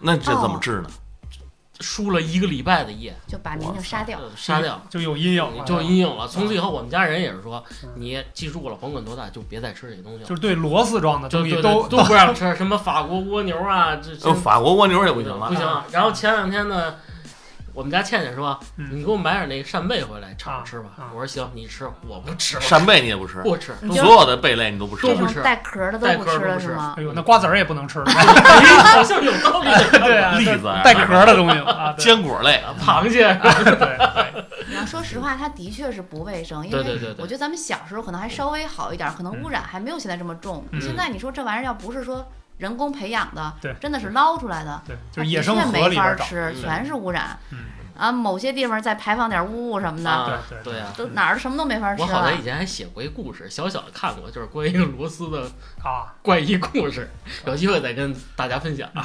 [SPEAKER 5] 那这怎么治呢？
[SPEAKER 4] 输了一个礼拜的液，
[SPEAKER 1] 就把您就杀掉。
[SPEAKER 4] 呃杀掉，
[SPEAKER 2] 就有阴影
[SPEAKER 4] 你
[SPEAKER 2] 了，
[SPEAKER 4] 就有阴影了。从此以后，我们家人也是说
[SPEAKER 2] 嗯，
[SPEAKER 4] 你记住了，甭管多大，就别再吃这东西了
[SPEAKER 2] 就。是对螺丝状的
[SPEAKER 4] 就
[SPEAKER 2] 东西
[SPEAKER 4] 对
[SPEAKER 2] 都
[SPEAKER 4] 对都不让吃，什么法国蜗牛啊，这这
[SPEAKER 2] 哦
[SPEAKER 5] 呃，法国蜗牛也不行
[SPEAKER 4] 不
[SPEAKER 5] 了，
[SPEAKER 4] 行啊。然后前两天呢，我们家倩倩说：“
[SPEAKER 2] 嗯
[SPEAKER 4] 你给我买点那个扇贝回来炒着
[SPEAKER 2] 啊
[SPEAKER 4] 吃吧。
[SPEAKER 2] 啊
[SPEAKER 4] 我说：“行，你吃，我不吃了，
[SPEAKER 5] 扇贝你也不吃，
[SPEAKER 4] 不吃。
[SPEAKER 1] 你就
[SPEAKER 5] 所有的贝类你都不吃
[SPEAKER 1] 这
[SPEAKER 4] 都，不
[SPEAKER 1] 种
[SPEAKER 4] 吃
[SPEAKER 1] 带壳儿的
[SPEAKER 4] 带
[SPEAKER 1] 都不
[SPEAKER 4] 壳儿
[SPEAKER 1] 吃
[SPEAKER 4] 都不
[SPEAKER 1] 了是
[SPEAKER 4] 吃
[SPEAKER 1] 吗？
[SPEAKER 2] 哎呦，那瓜子儿也不能吃了， 啊
[SPEAKER 4] 好像有道理。
[SPEAKER 2] 对啊，
[SPEAKER 5] 栗
[SPEAKER 2] 对
[SPEAKER 5] 子啊
[SPEAKER 2] 带壳的东西啊，对
[SPEAKER 5] 坚果类，
[SPEAKER 4] 螃蟹，啊
[SPEAKER 1] 哎
[SPEAKER 2] 对对
[SPEAKER 1] 你要说实话，它的确是不卫生，因
[SPEAKER 4] 对对
[SPEAKER 1] 为
[SPEAKER 4] 对对嗯
[SPEAKER 1] 我觉得咱们小时候可能还稍微好一点，可能污染还没有现在这么重。
[SPEAKER 2] 嗯
[SPEAKER 1] 现在你说这玩意儿要不是说人工培养的，
[SPEAKER 2] 对
[SPEAKER 1] 真的是捞出来的，
[SPEAKER 2] 对，
[SPEAKER 1] 它
[SPEAKER 2] 就是
[SPEAKER 1] 的
[SPEAKER 2] 野生
[SPEAKER 1] 确
[SPEAKER 2] 河
[SPEAKER 1] 没
[SPEAKER 2] 里
[SPEAKER 1] 法
[SPEAKER 2] 边找，
[SPEAKER 1] 吃，
[SPEAKER 4] 嗯
[SPEAKER 1] 全是污染。
[SPEAKER 2] 嗯
[SPEAKER 1] 啊，某些地方再排放点污物什么的，
[SPEAKER 4] 啊
[SPEAKER 2] 对
[SPEAKER 4] 对啊。
[SPEAKER 1] 都哪儿什么都没法吃
[SPEAKER 4] 我好
[SPEAKER 1] 了
[SPEAKER 4] 像。以前还写过一故事，小小的看过，就是关于螺丝的
[SPEAKER 2] 啊，
[SPEAKER 4] 怪异故事，有机会再跟大家分享啊。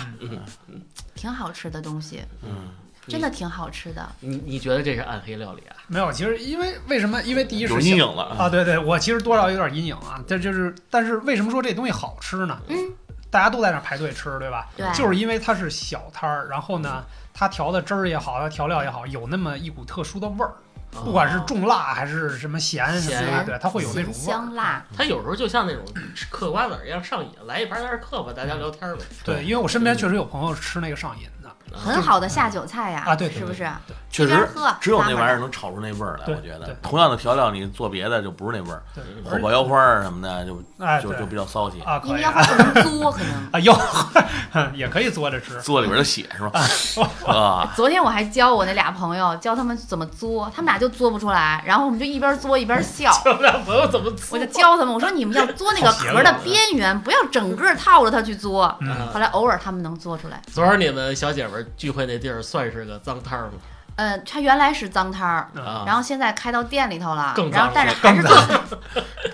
[SPEAKER 1] 挺好吃的东西，
[SPEAKER 5] 嗯，
[SPEAKER 1] 真的挺好吃
[SPEAKER 2] 嗯
[SPEAKER 1] 的。
[SPEAKER 4] 你你觉得这是暗黑料理啊？
[SPEAKER 2] 没有，其实因为为什么？因为第一是
[SPEAKER 5] 有阴影
[SPEAKER 2] 小
[SPEAKER 5] 了
[SPEAKER 2] 啊，，对对，我其实多少有点阴影啊，这就是，但是为什么说这东西好吃呢？
[SPEAKER 1] 嗯，哎
[SPEAKER 2] 大家都在那儿排队吃，对吧？
[SPEAKER 1] 对
[SPEAKER 2] 就是因为它是小摊儿，然后呢，
[SPEAKER 1] 嗯
[SPEAKER 2] 它调的汁儿也好，它调料也好，有那么一股特殊的味儿，
[SPEAKER 1] 哦
[SPEAKER 2] 不管
[SPEAKER 4] 哦
[SPEAKER 2] 是重辣还是什么咸什么啊
[SPEAKER 4] 咸
[SPEAKER 2] 的，对，它会有那种味儿。
[SPEAKER 1] 香
[SPEAKER 5] 啊
[SPEAKER 1] 辣，
[SPEAKER 4] 它有时候就像那种嗑瓜子儿一样上瘾，来一盘在这儿嗑吧，大家聊天呗。
[SPEAKER 2] 对，因为我身边确实有朋友吃那个上瘾的，
[SPEAKER 4] 啊
[SPEAKER 1] 嗯很好的下酒菜呀，
[SPEAKER 2] 啊对对
[SPEAKER 1] 是不是？
[SPEAKER 5] 确
[SPEAKER 1] 一边
[SPEAKER 5] 实
[SPEAKER 1] 喝
[SPEAKER 5] 只有那
[SPEAKER 1] 啊拉
[SPEAKER 5] 玩意
[SPEAKER 1] 满
[SPEAKER 5] 儿能炒出那味儿来，
[SPEAKER 2] 对
[SPEAKER 5] 我觉得
[SPEAKER 2] 对
[SPEAKER 5] 同样的调料你做别的就不是那味儿，
[SPEAKER 2] 对，
[SPEAKER 5] 火爆腰花儿什么的就
[SPEAKER 2] 哎，
[SPEAKER 5] 就
[SPEAKER 2] 对
[SPEAKER 5] 就比较骚气，
[SPEAKER 2] 啊，
[SPEAKER 1] 因
[SPEAKER 2] 可
[SPEAKER 1] 为
[SPEAKER 2] 以
[SPEAKER 1] 要
[SPEAKER 2] 啊
[SPEAKER 1] 不怎么嘬，可能。
[SPEAKER 2] 啊，哟， 也可以嘬着吃，
[SPEAKER 5] 嘬里边的血是吧？ 啊，
[SPEAKER 1] 昨天我还教我那俩朋友，教他们怎么作，他们俩就作不出来，然后我们就一边作一边笑。
[SPEAKER 4] 我们俩朋友怎么
[SPEAKER 1] 我
[SPEAKER 4] 做
[SPEAKER 1] 就教他们，我说你们要作那个壳的边缘，不要整个套着它去作。
[SPEAKER 2] 啊嗯，
[SPEAKER 1] 后来偶尔他们能作出来。
[SPEAKER 4] 啊昨儿你们小姐们聚会那地儿算是个脏摊儿吗？
[SPEAKER 1] 嗯，它原来是脏摊儿，
[SPEAKER 2] 嗯
[SPEAKER 4] 啊，
[SPEAKER 1] 然后现在开到店里头了
[SPEAKER 4] 更，脏
[SPEAKER 1] 然后但是还是
[SPEAKER 2] 更
[SPEAKER 1] 做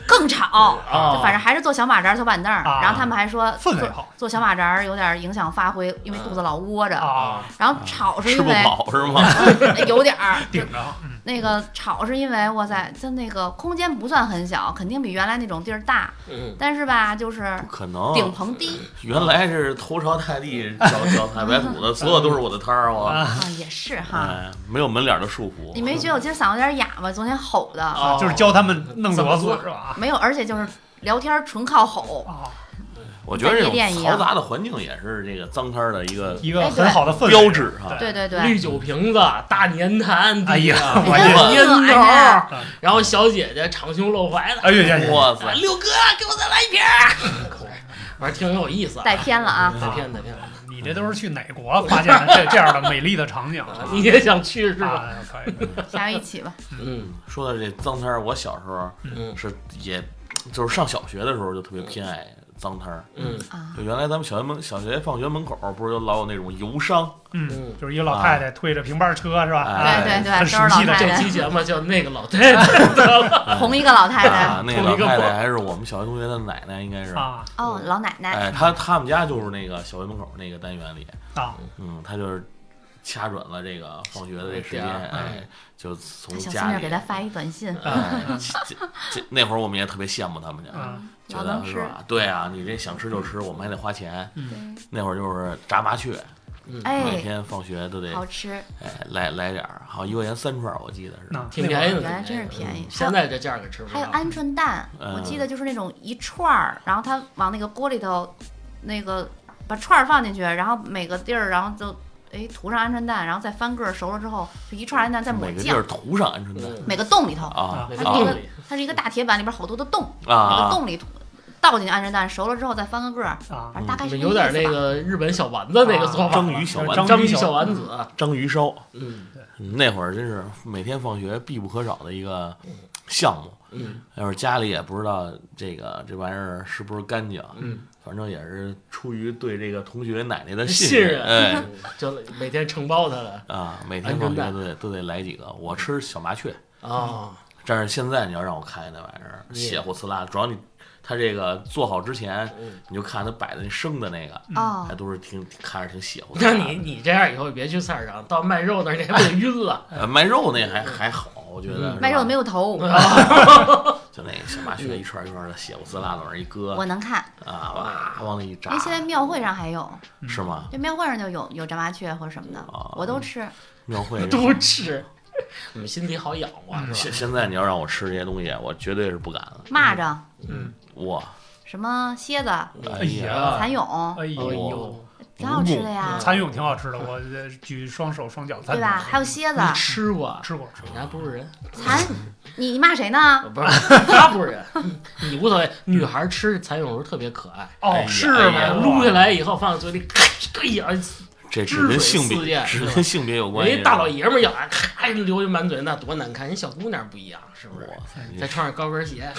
[SPEAKER 1] 更吵，就反正
[SPEAKER 4] 啊，
[SPEAKER 1] 还是坐小马扎儿、小板凳儿。
[SPEAKER 2] 啊
[SPEAKER 1] 然后他们还说
[SPEAKER 2] 氛
[SPEAKER 1] 坐
[SPEAKER 2] 围好
[SPEAKER 1] 坐小马扎儿有点影响发挥，因为肚子老窝着。
[SPEAKER 2] 啊，
[SPEAKER 1] 然后吵是
[SPEAKER 5] 吃
[SPEAKER 1] 因
[SPEAKER 5] 不
[SPEAKER 1] 为哎
[SPEAKER 5] 饱是吗？
[SPEAKER 1] 有点儿，就
[SPEAKER 2] 顶着，嗯
[SPEAKER 1] 那个吵是因为，哇塞，它那个空间不算很小，肯定比原来那种地儿大，
[SPEAKER 4] 嗯，
[SPEAKER 1] 但是吧，就是
[SPEAKER 5] 不可能，
[SPEAKER 1] 顶棚低
[SPEAKER 5] 原来是头朝 大地，脚脚踩白土的，所有都是我的摊儿啊！
[SPEAKER 2] 啊，
[SPEAKER 1] 啊，也是哈。
[SPEAKER 5] 哎，没有门脸的束
[SPEAKER 1] 啊你
[SPEAKER 5] 缚，
[SPEAKER 1] 没觉得我今儿嗓子有点哑吗？昨天吼的
[SPEAKER 4] 哦
[SPEAKER 2] 就是教他们弄
[SPEAKER 4] 怎
[SPEAKER 2] 螺
[SPEAKER 4] 么
[SPEAKER 2] 丝
[SPEAKER 4] 做
[SPEAKER 2] 是吧？
[SPEAKER 1] 没有，而且就是聊天儿纯靠吼，
[SPEAKER 2] 啊，
[SPEAKER 5] 我觉得这种
[SPEAKER 1] 跟夜店一样
[SPEAKER 5] 嘈杂的环境也是这个脏摊儿的一个
[SPEAKER 2] 一
[SPEAKER 1] 哎
[SPEAKER 2] 个
[SPEAKER 1] 对
[SPEAKER 2] 很好的氛围
[SPEAKER 5] 标志啊。
[SPEAKER 1] 对对对，
[SPEAKER 4] 绿酒瓶子、大粘痰，
[SPEAKER 2] 哎呀
[SPEAKER 4] 地
[SPEAKER 2] 我
[SPEAKER 4] 上
[SPEAKER 2] 这
[SPEAKER 4] 烟头
[SPEAKER 1] 哎
[SPEAKER 4] 儿，然后小姐姐敞胸露怀的，
[SPEAKER 2] 哎呀呀呀，
[SPEAKER 5] 哇
[SPEAKER 4] 啊
[SPEAKER 5] 塞，
[SPEAKER 4] 六哥给我再来一瓶儿， 反正挺有意思啊。
[SPEAKER 1] 带偏了 啊。
[SPEAKER 4] 带偏带偏，
[SPEAKER 2] 你这都是去哪国发现 这这样的美丽的场景
[SPEAKER 4] 啊 你也想去是吧？
[SPEAKER 2] 啊，可以，可以
[SPEAKER 1] 下回一起吧。
[SPEAKER 4] 嗯
[SPEAKER 5] 说到这脏摊儿，我小时候
[SPEAKER 4] 嗯
[SPEAKER 5] 是也就是上小学的时候就特别偏爱脏摊儿。
[SPEAKER 4] 嗯
[SPEAKER 1] 啊，
[SPEAKER 5] 就原来咱们小学门小学放学门口儿不是就老有那种油商，
[SPEAKER 2] 嗯
[SPEAKER 4] 嗯，
[SPEAKER 2] 就是一个老太太推着平板车是吧？
[SPEAKER 5] 哎
[SPEAKER 2] 啊
[SPEAKER 1] 对对对，
[SPEAKER 2] 很
[SPEAKER 1] 都
[SPEAKER 2] 熟
[SPEAKER 1] 是老
[SPEAKER 2] 悉的
[SPEAKER 1] 太
[SPEAKER 4] 这
[SPEAKER 1] 太，
[SPEAKER 4] 期节目就那个老太太，
[SPEAKER 5] 嗯
[SPEAKER 1] 同一个老太太
[SPEAKER 5] 啊，那个
[SPEAKER 4] 同
[SPEAKER 5] 老
[SPEAKER 4] 一个
[SPEAKER 5] 太
[SPEAKER 4] 货
[SPEAKER 5] 太还是我们小学同学的奶奶，应该是。
[SPEAKER 2] 啊
[SPEAKER 1] 哦，老奶奶，
[SPEAKER 5] 哎，他他们家就是那个小学门口那个单元里，
[SPEAKER 2] 啊，
[SPEAKER 5] 嗯，他就是掐准了这个放学的这时间，
[SPEAKER 4] 点儿
[SPEAKER 5] 哎
[SPEAKER 4] 哎，
[SPEAKER 5] 就从
[SPEAKER 1] 小心
[SPEAKER 5] 家
[SPEAKER 1] 点
[SPEAKER 5] 里
[SPEAKER 1] 给，她发一短信，
[SPEAKER 4] 啊
[SPEAKER 5] 哎，这这那会儿我们也特别羡慕他们去，
[SPEAKER 2] 嗯
[SPEAKER 5] 觉
[SPEAKER 1] 老
[SPEAKER 5] 得
[SPEAKER 1] 能
[SPEAKER 5] 是
[SPEAKER 1] 吃，
[SPEAKER 5] 吧？对啊，你这想吃就吃，我们还得花钱。
[SPEAKER 1] 对
[SPEAKER 5] 那会儿就是炸麻雀，每
[SPEAKER 1] 哎，
[SPEAKER 5] 天放学都得
[SPEAKER 1] 好吃，
[SPEAKER 5] 哎来来点儿，好像一块钱三串儿，我记得是。
[SPEAKER 2] 那
[SPEAKER 4] 挺便宜的，
[SPEAKER 1] 原来真是便宜
[SPEAKER 4] 嗯现在这价儿可吃不
[SPEAKER 1] 还有
[SPEAKER 4] 上。
[SPEAKER 1] 鹌鹑蛋，
[SPEAKER 5] 嗯
[SPEAKER 1] 我记得就是那种一串儿，然后它往那个锅里头，那个把串儿放进去，然后每个地儿，然后就哎涂上鹌鹑蛋，然后再翻个儿熟了之后，就一串鹌鹑蛋再抹
[SPEAKER 5] 嗯每个地
[SPEAKER 1] 酱
[SPEAKER 5] 儿，涂上鹌鹑蛋
[SPEAKER 4] 嗯
[SPEAKER 1] 每个洞里头，
[SPEAKER 5] 啊
[SPEAKER 2] 每
[SPEAKER 4] 那
[SPEAKER 1] 它
[SPEAKER 4] 个哦
[SPEAKER 1] 是一
[SPEAKER 4] 洞
[SPEAKER 1] 个
[SPEAKER 4] 里，
[SPEAKER 1] 它是一个大铁板里边好多的洞，每
[SPEAKER 5] 啊
[SPEAKER 1] 个
[SPEAKER 5] 啊！
[SPEAKER 1] 洞里涂倒进鹌鹑蛋，熟了之后再翻个个儿，
[SPEAKER 2] 啊
[SPEAKER 1] 反正大概
[SPEAKER 4] 你
[SPEAKER 1] 是
[SPEAKER 4] 们
[SPEAKER 1] 这
[SPEAKER 4] 嗯有点那
[SPEAKER 1] 意思吧。
[SPEAKER 4] 个日本小丸子那个做法，
[SPEAKER 5] 章鱼小丸
[SPEAKER 2] 章
[SPEAKER 5] 子、
[SPEAKER 4] 啊章鱼
[SPEAKER 2] 小
[SPEAKER 4] 小丸子，
[SPEAKER 5] 章鱼烧，
[SPEAKER 4] 嗯
[SPEAKER 5] 嗯那会儿真是每天放学必不可少的一个项目。
[SPEAKER 4] 嗯
[SPEAKER 5] 那会儿家里也不知道这个这玩意儿是不是干净，
[SPEAKER 4] 嗯，
[SPEAKER 5] 反正也是出于对这个同学奶奶的
[SPEAKER 4] 信
[SPEAKER 5] 任，哎
[SPEAKER 4] 任，嗯就每天承包它了
[SPEAKER 5] 啊，每天放学都得都得来几个。我吃小麻雀，
[SPEAKER 4] 啊，
[SPEAKER 5] 但是现在你要让我看那玩意儿，
[SPEAKER 4] 嗯
[SPEAKER 5] 血乎呲啦，主要你它这个做好之前，
[SPEAKER 4] 嗯
[SPEAKER 5] 你就看它摆的那生的那个，
[SPEAKER 1] 哦
[SPEAKER 5] 还，都是挺看着挺血乎呲
[SPEAKER 4] 那
[SPEAKER 5] 啦的。
[SPEAKER 4] 你你这样以后别去菜市场，到卖肉那儿你还不得晕了？
[SPEAKER 5] 呃卖肉那还还好，我觉得
[SPEAKER 4] 嗯
[SPEAKER 1] 卖肉没
[SPEAKER 5] 有，
[SPEAKER 1] 有头，
[SPEAKER 5] 就那个小麻
[SPEAKER 2] 嗯
[SPEAKER 5] 雀一串一串的血乎呲啦的往那一搁
[SPEAKER 1] 我能看，
[SPEAKER 5] 啊，哇往那一
[SPEAKER 1] 因
[SPEAKER 5] 炸
[SPEAKER 1] 为，现在庙会上还有，
[SPEAKER 5] 是吗？
[SPEAKER 1] 这庙会上就有有炸麻雀或者什么的
[SPEAKER 5] 哦，
[SPEAKER 1] 我都吃。
[SPEAKER 5] 庙会上
[SPEAKER 4] 都吃，你们心里好痒快是
[SPEAKER 5] 现
[SPEAKER 4] 吧？
[SPEAKER 5] 现在你要让我吃这些东西，我绝对是不敢了。
[SPEAKER 1] 蚂蚱、
[SPEAKER 5] 哇，
[SPEAKER 1] 什么蝎子、
[SPEAKER 4] 嗯
[SPEAKER 5] 哎
[SPEAKER 2] 啊
[SPEAKER 1] 蚕蛹，
[SPEAKER 2] 哎
[SPEAKER 4] 哎
[SPEAKER 2] 呦，
[SPEAKER 4] 呦，
[SPEAKER 1] 挺好吃的呀，
[SPEAKER 2] 蚕蛹挺好吃的，我呃举双手双嗯脚，蚕
[SPEAKER 1] 对吧？还有蝎子
[SPEAKER 4] 你，吃过？啊
[SPEAKER 2] 吃过吃过
[SPEAKER 4] 你还不是人？
[SPEAKER 1] 蚕，你骂谁呢？
[SPEAKER 4] 啊不是他不是人， 你无所谓。女孩吃蚕蛹时候特别可爱，
[SPEAKER 5] 哎呀
[SPEAKER 2] 哦，是
[SPEAKER 5] 哎呀
[SPEAKER 2] 吗？
[SPEAKER 4] 撸下来以后放嘴里， 咔一咬，
[SPEAKER 5] 这只跟性
[SPEAKER 4] 汁水四
[SPEAKER 5] 别
[SPEAKER 4] 溅
[SPEAKER 5] 只跟性别有关系。
[SPEAKER 4] 人一哎大老爷们儿咬，咔流一满嘴，那多难看。人小姑娘不一样，是不
[SPEAKER 5] 哇
[SPEAKER 4] 是？
[SPEAKER 5] 塞，你
[SPEAKER 4] 再穿上高 跟鞋，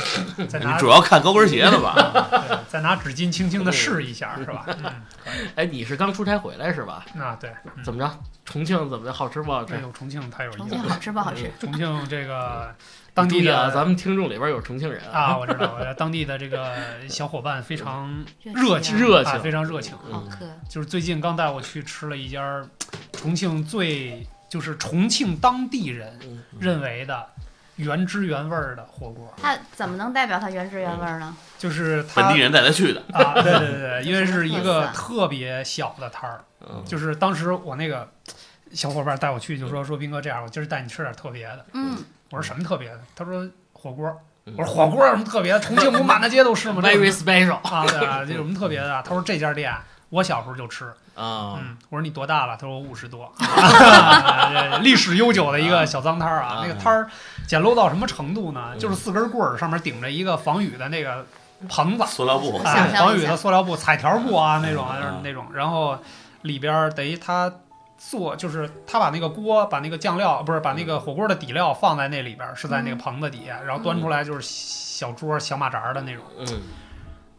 [SPEAKER 2] 再
[SPEAKER 5] 你
[SPEAKER 2] 拿
[SPEAKER 5] 主要看高跟鞋 了吧？
[SPEAKER 2] 对再拿纸巾轻轻的试一下，是吧？嗯，
[SPEAKER 4] 哎，你是刚出差回来是吧？
[SPEAKER 2] 那对，嗯
[SPEAKER 4] 怎么着？重庆怎么着？好吃不好吃
[SPEAKER 2] 哎？呦，重庆太有意
[SPEAKER 1] 重
[SPEAKER 2] 思
[SPEAKER 1] 庆啊
[SPEAKER 2] 了，
[SPEAKER 1] 好吃不好吃？
[SPEAKER 2] 重庆这个当
[SPEAKER 4] 注
[SPEAKER 2] 地
[SPEAKER 4] 意啊，
[SPEAKER 2] 的
[SPEAKER 4] 咱们听众里边有重庆人啊，
[SPEAKER 2] 啊，我知道，我知道当地的这个小伙伴非常
[SPEAKER 1] 热
[SPEAKER 2] 情，
[SPEAKER 4] 热
[SPEAKER 2] 啊
[SPEAKER 4] 情
[SPEAKER 2] 非常热情。
[SPEAKER 1] 好
[SPEAKER 4] 嗯
[SPEAKER 1] 客，
[SPEAKER 2] 就是最近刚带我去吃了一家儿重庆最，就是重庆当地人
[SPEAKER 4] 嗯
[SPEAKER 2] 认为的原汁原味儿的火锅，
[SPEAKER 1] 它怎么能代表它原汁原味儿呢？
[SPEAKER 2] 就是它
[SPEAKER 5] 本地人带他去的，
[SPEAKER 2] 啊，对对 对对，因为是一
[SPEAKER 1] 有
[SPEAKER 2] 个
[SPEAKER 1] 特色啊
[SPEAKER 2] 特别小的摊儿，
[SPEAKER 4] 嗯
[SPEAKER 2] 就是当时我那个小伙伴带我去，就说说斌哥这样，我今儿带你吃点特别的。
[SPEAKER 1] 嗯，
[SPEAKER 2] 我说什么特别的？他说火锅。
[SPEAKER 4] 嗯
[SPEAKER 2] 我说火锅有什么特别的？重庆不满大街都是 吗？这有
[SPEAKER 4] ，very special
[SPEAKER 2] 啊，对啊，这有什么特别的啊？他说这家店我小时候就吃，
[SPEAKER 4] 啊，
[SPEAKER 2] 嗯，我说你多大了？他说我五十多， 啊历史悠久的一个小脏摊儿啊
[SPEAKER 4] 啊，
[SPEAKER 2] 那
[SPEAKER 4] 嗯
[SPEAKER 2] 个摊儿简陋到什么程度呢？就是四根棍儿上面顶着一个防雨的那个棚子，
[SPEAKER 5] 塑料布
[SPEAKER 1] 我
[SPEAKER 2] 哎
[SPEAKER 1] 想象一，下
[SPEAKER 2] 防雨的塑料布、彩条布啊那种啊，
[SPEAKER 5] 嗯
[SPEAKER 2] 就是那种，然后里边儿等于他。做就是他把那个锅，把那个酱料，不是把那个火锅的底料放在那里边儿，是在
[SPEAKER 1] 嗯
[SPEAKER 2] 那个棚子底下，然后端出来就是小桌小马扎儿的那种。
[SPEAKER 4] 嗯，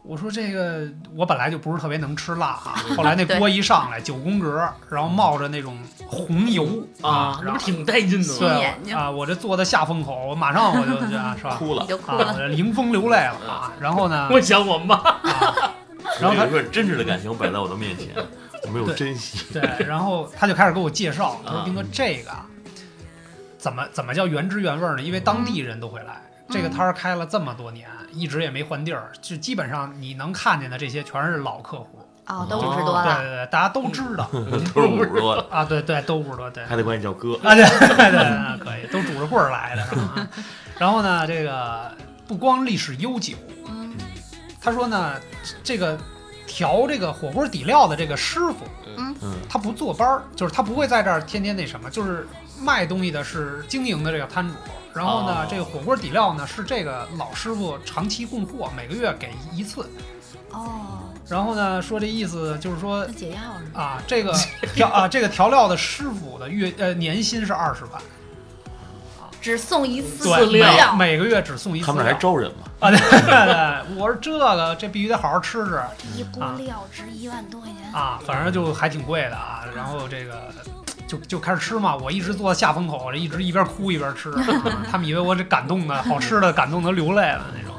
[SPEAKER 2] 我说这个我本来就不是特别能吃辣啊，后来那锅一上来九宫格，然后冒着那种红油
[SPEAKER 4] 嗯啊，那
[SPEAKER 2] 然
[SPEAKER 4] 不
[SPEAKER 2] 后
[SPEAKER 4] 挺带劲的
[SPEAKER 1] 对
[SPEAKER 4] 吗？
[SPEAKER 1] 红眼睛
[SPEAKER 2] 啊，我这做的下风口，我马上我就觉得是吧？
[SPEAKER 5] 哭
[SPEAKER 1] 你
[SPEAKER 5] 了。
[SPEAKER 1] 就哭
[SPEAKER 2] 啊，
[SPEAKER 1] 了
[SPEAKER 2] 我。这迎风流泪了啊。然后呢，
[SPEAKER 4] 我想我妈，
[SPEAKER 2] 啊然
[SPEAKER 5] 有
[SPEAKER 2] 后
[SPEAKER 5] 一份真挚的感情摆在我的 面前，我没有
[SPEAKER 2] 对
[SPEAKER 5] 珍惜。
[SPEAKER 2] 对，然后他就开始给我介绍，他说：“
[SPEAKER 4] 啊
[SPEAKER 2] 斌哥，这个啊怎么怎么叫原汁原味儿呢？因为当地人都会来。”这个摊儿开了这么多年，一直也没换地儿，就基本上你能看见的这些全是老客户，
[SPEAKER 1] 哦，都五十多
[SPEAKER 2] 对
[SPEAKER 1] 了，
[SPEAKER 2] 对对，大家都知 道
[SPEAKER 5] 都是五十 多的，
[SPEAKER 2] 啊，对对，都五十多，对，
[SPEAKER 5] 还得管你叫哥。
[SPEAKER 2] 啊，对对对对，可以，都拄着棍儿来的是吧？ 啊然后呢，这个不光历史悠久，
[SPEAKER 1] 嗯
[SPEAKER 2] 他说呢，这个调这个火锅底料的这个师傅，
[SPEAKER 5] 嗯，
[SPEAKER 2] 他不坐班儿，就是他不会在这儿天天那什么，就是卖东西的是经营的这个摊主。然后呢，
[SPEAKER 4] 哦
[SPEAKER 2] 这个火锅底料呢是这个老师傅长期供货，每个月给一次。
[SPEAKER 1] 哦，
[SPEAKER 2] 然后呢，说这意思就是说
[SPEAKER 1] 那解药是吗？
[SPEAKER 2] 啊，这 个调啊，这个调料的师傅的月呃年薪是二十万，啊，
[SPEAKER 1] 只送一次
[SPEAKER 2] 对，
[SPEAKER 1] 饲料，
[SPEAKER 2] 每每个月只送一次料。
[SPEAKER 5] 他们那还招人吗？
[SPEAKER 2] 啊，对对对，我说这个这必须得好好吃啊吃
[SPEAKER 1] 这一锅料值一万多块钱，
[SPEAKER 2] 啊，反正就还挺贵的啊。然后这个就就开始吃嘛，我一直坐在下风口，这一直一边哭一边吃、啊他们以为我这感动的好吃的感动的流泪了那种。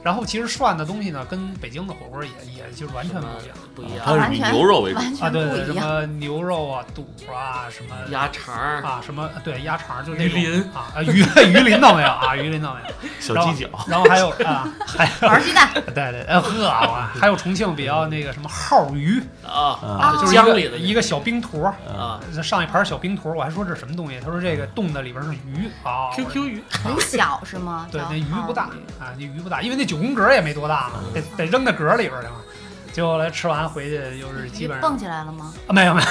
[SPEAKER 2] 然后其实涮的东西呢，跟北京的火锅也也就是完全不一样。
[SPEAKER 4] 不一样，
[SPEAKER 5] 它是以牛肉为主，
[SPEAKER 1] 完
[SPEAKER 2] 啊，
[SPEAKER 1] 全不
[SPEAKER 2] 对对，
[SPEAKER 1] 一
[SPEAKER 2] 什
[SPEAKER 1] 样。
[SPEAKER 2] 么牛肉啊、肚啊，什么
[SPEAKER 4] 鸭肠儿、
[SPEAKER 2] 啊，什么对鸭肠，就那种
[SPEAKER 4] 鱼鳞
[SPEAKER 2] 啊，啊鱼 鱼鳞倒没有啊，鱼鳞倒没有。
[SPEAKER 5] 小鸡脚，
[SPEAKER 2] 然后还有啊，还有
[SPEAKER 1] 玩鸡蛋，
[SPEAKER 2] 对对，呃呵啊，还有重庆比较那个什么耗鱼
[SPEAKER 4] 啊
[SPEAKER 5] 啊，
[SPEAKER 2] 就是一
[SPEAKER 4] 江
[SPEAKER 2] 个嗯
[SPEAKER 4] 里的
[SPEAKER 2] 一个小冰坨儿，
[SPEAKER 5] 嗯
[SPEAKER 4] 啊
[SPEAKER 2] 上一盘小冰坨儿，我还说这是什么东西，他说这个冻的里边是鱼啊。我
[SPEAKER 4] ，QQ 鱼
[SPEAKER 1] 很小哦是吗？
[SPEAKER 2] 对，
[SPEAKER 1] 叫
[SPEAKER 2] 那鱼不大
[SPEAKER 1] 泡
[SPEAKER 2] 啊，那鱼不大，因为那九宫格也没多大嘛，得得扔到格里边儿去嘛。结果后来吃完回去，就
[SPEAKER 1] 鱼
[SPEAKER 2] 是基本
[SPEAKER 1] 鱼
[SPEAKER 2] 上
[SPEAKER 1] 蹦起来了吗？
[SPEAKER 2] 啊没有没有，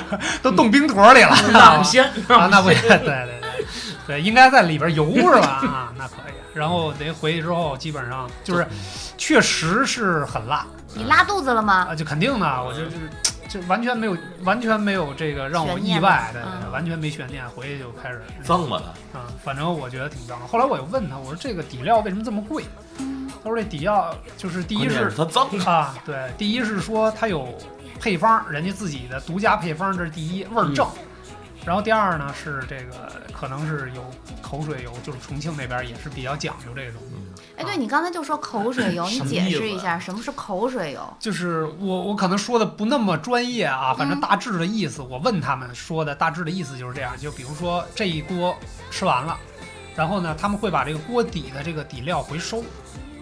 [SPEAKER 2] 都冻冰坨儿里了。
[SPEAKER 4] 那不鲜，
[SPEAKER 2] 啊，那不行，对对对，对，应该在里边游是吧？啊，那可以。然后得回去之后，基本上就是，确实是很辣
[SPEAKER 1] 你拉肚子了吗？
[SPEAKER 2] 啊，就肯定的，我就就是。就完全没有，完全没有这个让我意外的
[SPEAKER 1] 悬念吧，嗯
[SPEAKER 2] 完全没悬念，回去就开始
[SPEAKER 5] 脏吗？它
[SPEAKER 2] 啊，反正我觉得挺脏的。后来我又问他，我说这个底料为什么这么贵？他说这底料就是第一
[SPEAKER 5] 关键
[SPEAKER 2] 是
[SPEAKER 5] 是它脏，
[SPEAKER 2] 啊，对，第一是说它有配方，人家自己的独家配方，这是第一，味儿正。然后第二呢是这个可能是有口水油，就是重庆那边也是比较讲究这个东西。
[SPEAKER 1] 哎，对你刚才就说口水油，你
[SPEAKER 4] 什么
[SPEAKER 1] 解
[SPEAKER 4] 意思
[SPEAKER 1] 释一
[SPEAKER 2] 啊
[SPEAKER 1] 下什么是口水油？
[SPEAKER 2] 就是我我可能说的不那么专业啊，反正
[SPEAKER 1] 嗯
[SPEAKER 2] 大致的意思，我问他们说的大致的意思就是这样。就比如说这一锅吃完了，然后呢他们会把这个锅底的这个底料回收，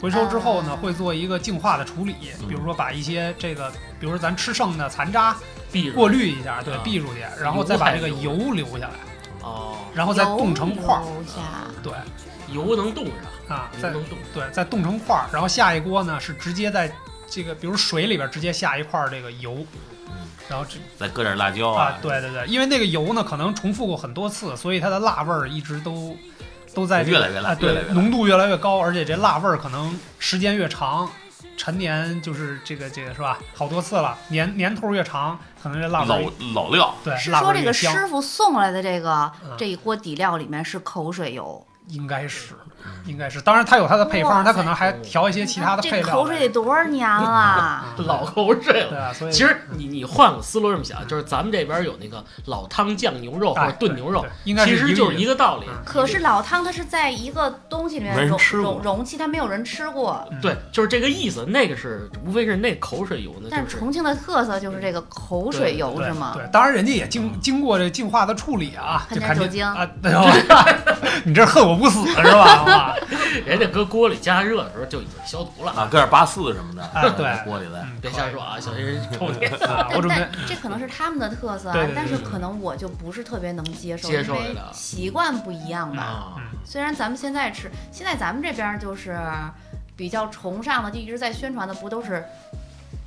[SPEAKER 2] 回收之后呢
[SPEAKER 1] 啊
[SPEAKER 2] 会做一个净化的处理，比如说把一些这个，比如说咱吃剩的残渣。
[SPEAKER 4] 必
[SPEAKER 2] 过滤一下，对，
[SPEAKER 4] 啊
[SPEAKER 2] 避出去，然后再把这个油留下来，
[SPEAKER 4] 哦，
[SPEAKER 2] 然后再冻成块儿，
[SPEAKER 1] 油下
[SPEAKER 2] 对
[SPEAKER 4] 油能冻上，
[SPEAKER 2] 啊，
[SPEAKER 4] 油
[SPEAKER 2] 再
[SPEAKER 4] 能冻
[SPEAKER 2] 对再冻成块儿，然后下一锅呢是直接在这个比如水里边直接下一块儿这个油，
[SPEAKER 5] 嗯
[SPEAKER 2] 然后这
[SPEAKER 5] 再搁点辣椒
[SPEAKER 2] 啊，对对对，因为那个油呢可能重复过很多次，所以它的辣味儿一直都都在这个
[SPEAKER 5] 越来越辣
[SPEAKER 2] 啊对
[SPEAKER 5] 越来越辣
[SPEAKER 2] 浓度越来越高，而且这辣味儿可能时间越长。陈年就是这个这个是吧？好多次了，年年头越长，可能这辣味
[SPEAKER 5] 老
[SPEAKER 2] 儿
[SPEAKER 5] 老料，
[SPEAKER 2] 对
[SPEAKER 1] 是
[SPEAKER 2] 呃辣味
[SPEAKER 1] 说
[SPEAKER 2] 儿
[SPEAKER 1] 这
[SPEAKER 2] 越
[SPEAKER 1] 个
[SPEAKER 2] 香，
[SPEAKER 1] 师傅送来的这个
[SPEAKER 2] 嗯
[SPEAKER 1] 这一锅底料里面是口水油，
[SPEAKER 2] 应该是，
[SPEAKER 5] 嗯
[SPEAKER 2] 应该是。当然，它有它的配方，
[SPEAKER 1] 哇
[SPEAKER 2] 它
[SPEAKER 1] 塞
[SPEAKER 2] 可能还调一些其他的配
[SPEAKER 1] 这
[SPEAKER 2] 料。
[SPEAKER 1] 口水得啊多少年 了？
[SPEAKER 2] 嗯
[SPEAKER 4] 老口水
[SPEAKER 2] 对
[SPEAKER 4] 了。
[SPEAKER 2] 啊，所以
[SPEAKER 4] 其实你你换个思路这么想，就是咱们这边有那个老汤酱牛肉或
[SPEAKER 2] 哎
[SPEAKER 4] 者炖牛肉
[SPEAKER 2] 对，应该
[SPEAKER 4] 其
[SPEAKER 2] 是
[SPEAKER 4] 实就是
[SPEAKER 2] 一
[SPEAKER 4] 一
[SPEAKER 2] 个
[SPEAKER 4] 个道理
[SPEAKER 2] 嗯。
[SPEAKER 1] 可是老汤它是在一个东西里
[SPEAKER 5] 没
[SPEAKER 1] 面
[SPEAKER 5] 人
[SPEAKER 1] 容
[SPEAKER 5] 吃过
[SPEAKER 1] 容容器，它没有人吃过。
[SPEAKER 2] 嗯
[SPEAKER 4] 对，就是这个意思。那个是无非是那口水油呢，
[SPEAKER 1] 但
[SPEAKER 4] 就是
[SPEAKER 1] 是重庆的特色就是这个口水油
[SPEAKER 2] 对
[SPEAKER 1] 是吗？
[SPEAKER 2] 对，当然人家也
[SPEAKER 4] 嗯
[SPEAKER 2] 经经过这净化的处理啊，
[SPEAKER 1] 喷
[SPEAKER 2] 就
[SPEAKER 1] 点
[SPEAKER 2] 肯定
[SPEAKER 1] 酒精
[SPEAKER 2] 啊，对吧？ 你这恨我不死是 吧？啊
[SPEAKER 4] 人家搁锅里加热的时候就已经消毒了。
[SPEAKER 5] 啊，搁点八四什么的，
[SPEAKER 2] 哎对
[SPEAKER 5] 在锅里再
[SPEAKER 2] 嗯
[SPEAKER 4] 别瞎 说啊，小心人臭脸。
[SPEAKER 2] 啊，我
[SPEAKER 1] 但
[SPEAKER 2] 准备
[SPEAKER 1] 但这可能是他们的特色啊
[SPEAKER 2] 对对对，
[SPEAKER 1] 但是可能我就不是特别能接受，
[SPEAKER 4] 接
[SPEAKER 1] 因
[SPEAKER 4] 受
[SPEAKER 1] 为
[SPEAKER 4] 得了
[SPEAKER 1] 习惯不一样吧。
[SPEAKER 4] 啊，
[SPEAKER 2] 嗯
[SPEAKER 1] 虽然咱们现在吃，现在咱们这边就是比较崇尚的，就一直在宣传的，不都是